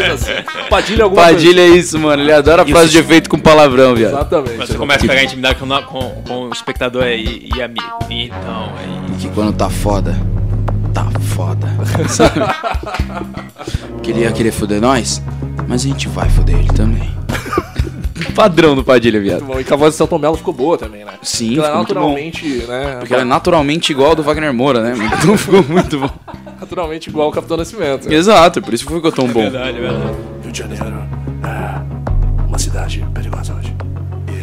[SPEAKER 1] Padilha alguma
[SPEAKER 2] Padilha é isso, mano. Ele adora frase de efeito com palavrão,
[SPEAKER 1] coisa.
[SPEAKER 2] viado.
[SPEAKER 1] Exatamente. né?
[SPEAKER 4] Você começa a pegar intimidade com, com, com o espectador e, e amigo. Então, aí.
[SPEAKER 2] Que quando tá foda, tá foda. Sabe? Que ele ia querer foder nós, mas a gente vai foder ele também. Padrão do Padilha, viado.
[SPEAKER 1] Bom, e que a voz de Celton Mello ficou boa também, né?
[SPEAKER 2] Sim,
[SPEAKER 1] Porque ela é
[SPEAKER 2] ficou muito bom.
[SPEAKER 1] naturalmente, né?
[SPEAKER 2] Porque ela é naturalmente igual ao do Wagner Moura, né? Então ficou muito bom.
[SPEAKER 1] Naturalmente igual ao Capitão Nascimento.
[SPEAKER 2] Exato, por isso ficou tão bom.
[SPEAKER 4] Verdade, verdade.
[SPEAKER 1] Rio de Janeiro é uma cidade perigosa hoje. E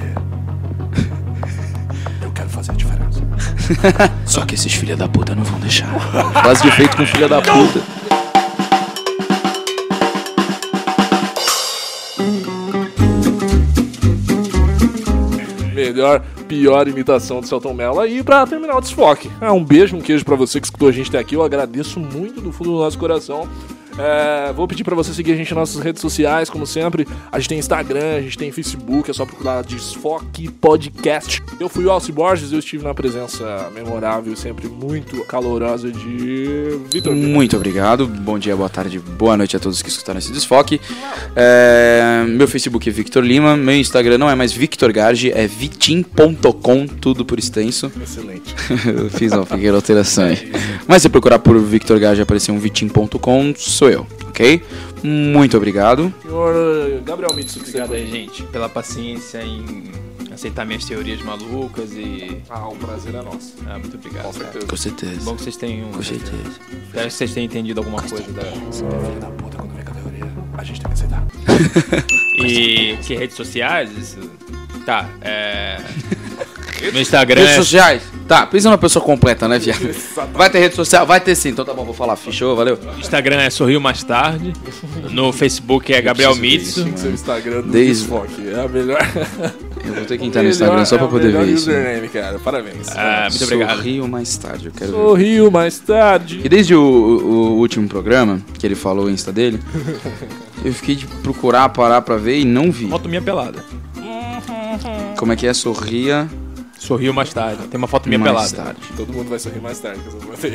[SPEAKER 1] eu quero fazer a diferença.
[SPEAKER 2] Só que esses filha da puta não vão deixar. Frase de efeito com filha da puta.
[SPEAKER 1] Melhor, pior imitação do Celton Mello aí pra terminar o desfoque. É, um beijo, um queijo pra você que escutou a gente até aqui. Eu agradeço muito do fundo do nosso coração. É, vou pedir pra você seguir a gente nas nossas redes sociais, como sempre. A gente tem Instagram, a gente tem Facebook, é só procurar Desfoque Podcast. Eu fui o Alci Borges, eu estive na presença memorável e sempre muito calorosa de Vitor.
[SPEAKER 2] Muito obrigado. Bom dia, boa tarde, boa noite a todos que escutaram esse desfoque. É, meu Facebook é Victor Lima. Meu Instagram não é mais Victor Garge, é vitim.com, tudo por extenso.
[SPEAKER 1] Excelente.
[SPEAKER 2] Eu Fiz uma pequena alteração aí. Mas se procurar por Victor Garge e aparecer um vitim.com, sou eu, ok? Muito obrigado.
[SPEAKER 1] Senhor eh, Gabriel Mitsu,
[SPEAKER 4] Obrigado aí, gente, pela paciência em aceitar minhas teorias malucas e.
[SPEAKER 1] Ah, o prazer é nosso.
[SPEAKER 4] Ah, muito obrigado.
[SPEAKER 1] Com
[SPEAKER 4] cara.
[SPEAKER 1] certeza.
[SPEAKER 2] Com certeza.
[SPEAKER 4] Bom que vocês tenham.
[SPEAKER 2] Com certeza.
[SPEAKER 4] Espero que vocês tenham entendido alguma coisa da.
[SPEAKER 1] é um Filho da puta, quando vem categoria, a gente tem que aceitar.
[SPEAKER 4] E que redes sociais? Isso... Tá, é. No Instagram. é
[SPEAKER 2] Redes sociais. Tá, pensa numa pessoa completa, né, viado? Vai ter rede social? Vai ter sim. Então tá bom, vou falar. Fechou, valeu.
[SPEAKER 4] É... Instagram é Sorriu Mais Tarde. No Facebook é Gabriel
[SPEAKER 2] preciso
[SPEAKER 4] Mitsu.
[SPEAKER 1] Tem que ser o Instagram do
[SPEAKER 2] Desde-
[SPEAKER 1] Desfoque. É a melhor.
[SPEAKER 2] Eu vou ter que entrar no Instagram só pra
[SPEAKER 1] é
[SPEAKER 2] poder ver isso.
[SPEAKER 1] username, cara. Parabéns.
[SPEAKER 4] Ah, muito obrigado.
[SPEAKER 2] Sorrio mais tarde, eu quero ver.
[SPEAKER 1] Sorriu mais tarde.
[SPEAKER 2] E desde o, o- o último programa, que ele falou o Insta dele, eu fiquei de procurar, parar pra ver e não vi.
[SPEAKER 4] Foto minha pelada.
[SPEAKER 2] Como é que é? Sorria
[SPEAKER 4] Sorriu mais tarde. Tem uma foto minha
[SPEAKER 2] mais
[SPEAKER 4] pelada.
[SPEAKER 2] tarde.
[SPEAKER 1] Todo mundo vai sorrir mais tarde, que eu só botei.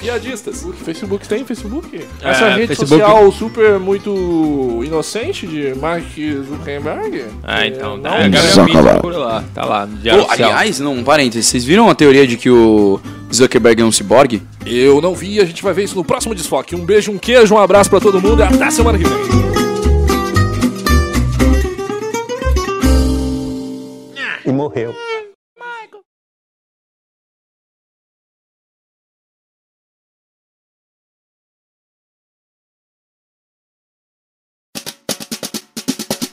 [SPEAKER 1] Piadistas. Facebook tem Facebook?
[SPEAKER 4] É,
[SPEAKER 1] Essa rede
[SPEAKER 4] Facebook.
[SPEAKER 1] social super muito inocente de Mark Zuckerberg?
[SPEAKER 4] Ah,
[SPEAKER 1] É,
[SPEAKER 2] né,
[SPEAKER 4] então,
[SPEAKER 1] não.
[SPEAKER 4] tá. Agora me procura lá. Tá lá, no diário
[SPEAKER 2] Pô,
[SPEAKER 4] oficial.
[SPEAKER 2] aliás, não, um parênteses. Vocês viram a teoria de que o Zuckerberg é um ciborgue?
[SPEAKER 1] Eu não vi, a gente vai ver isso no próximo desfoque. Um beijo, um queijo, um abraço pra todo mundo e até semana que vem.
[SPEAKER 9] E morreu.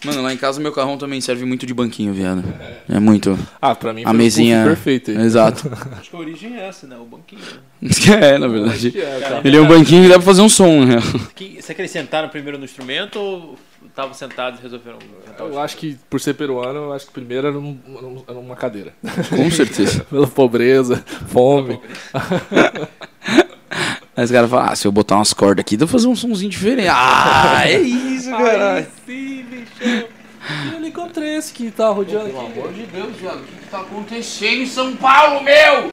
[SPEAKER 2] Mano, lá em casa meu carrão também serve muito de banquinho, viado. É muito.
[SPEAKER 1] Ah, pra mim
[SPEAKER 2] A mesinha. é
[SPEAKER 1] perfeito. aí.
[SPEAKER 2] Exato.
[SPEAKER 4] Acho que a origem é essa, né? O banquinho.
[SPEAKER 2] é, na verdade.
[SPEAKER 1] É, tá.
[SPEAKER 2] Ele é um banquinho que dá pra fazer um som, né?
[SPEAKER 4] Que, será que eles sentaram primeiro no instrumento ou estavam sentados e resolveram?
[SPEAKER 1] Eu acho que, por ser peruano, eu acho que primeiro era, um- era um- era uma cadeira.
[SPEAKER 2] Com certeza.
[SPEAKER 1] Pela pobreza, fome.
[SPEAKER 2] Aí os caras falam, ah, se eu botar umas cordas aqui, dá pra fazer um somzinho diferente. Ah, é isso, cara.
[SPEAKER 1] Sim, bichão. Eu encontrei esse que tá rodeando aqui.
[SPEAKER 2] Meu Deus, viado, o que que tá acontecendo em São Paulo, meu?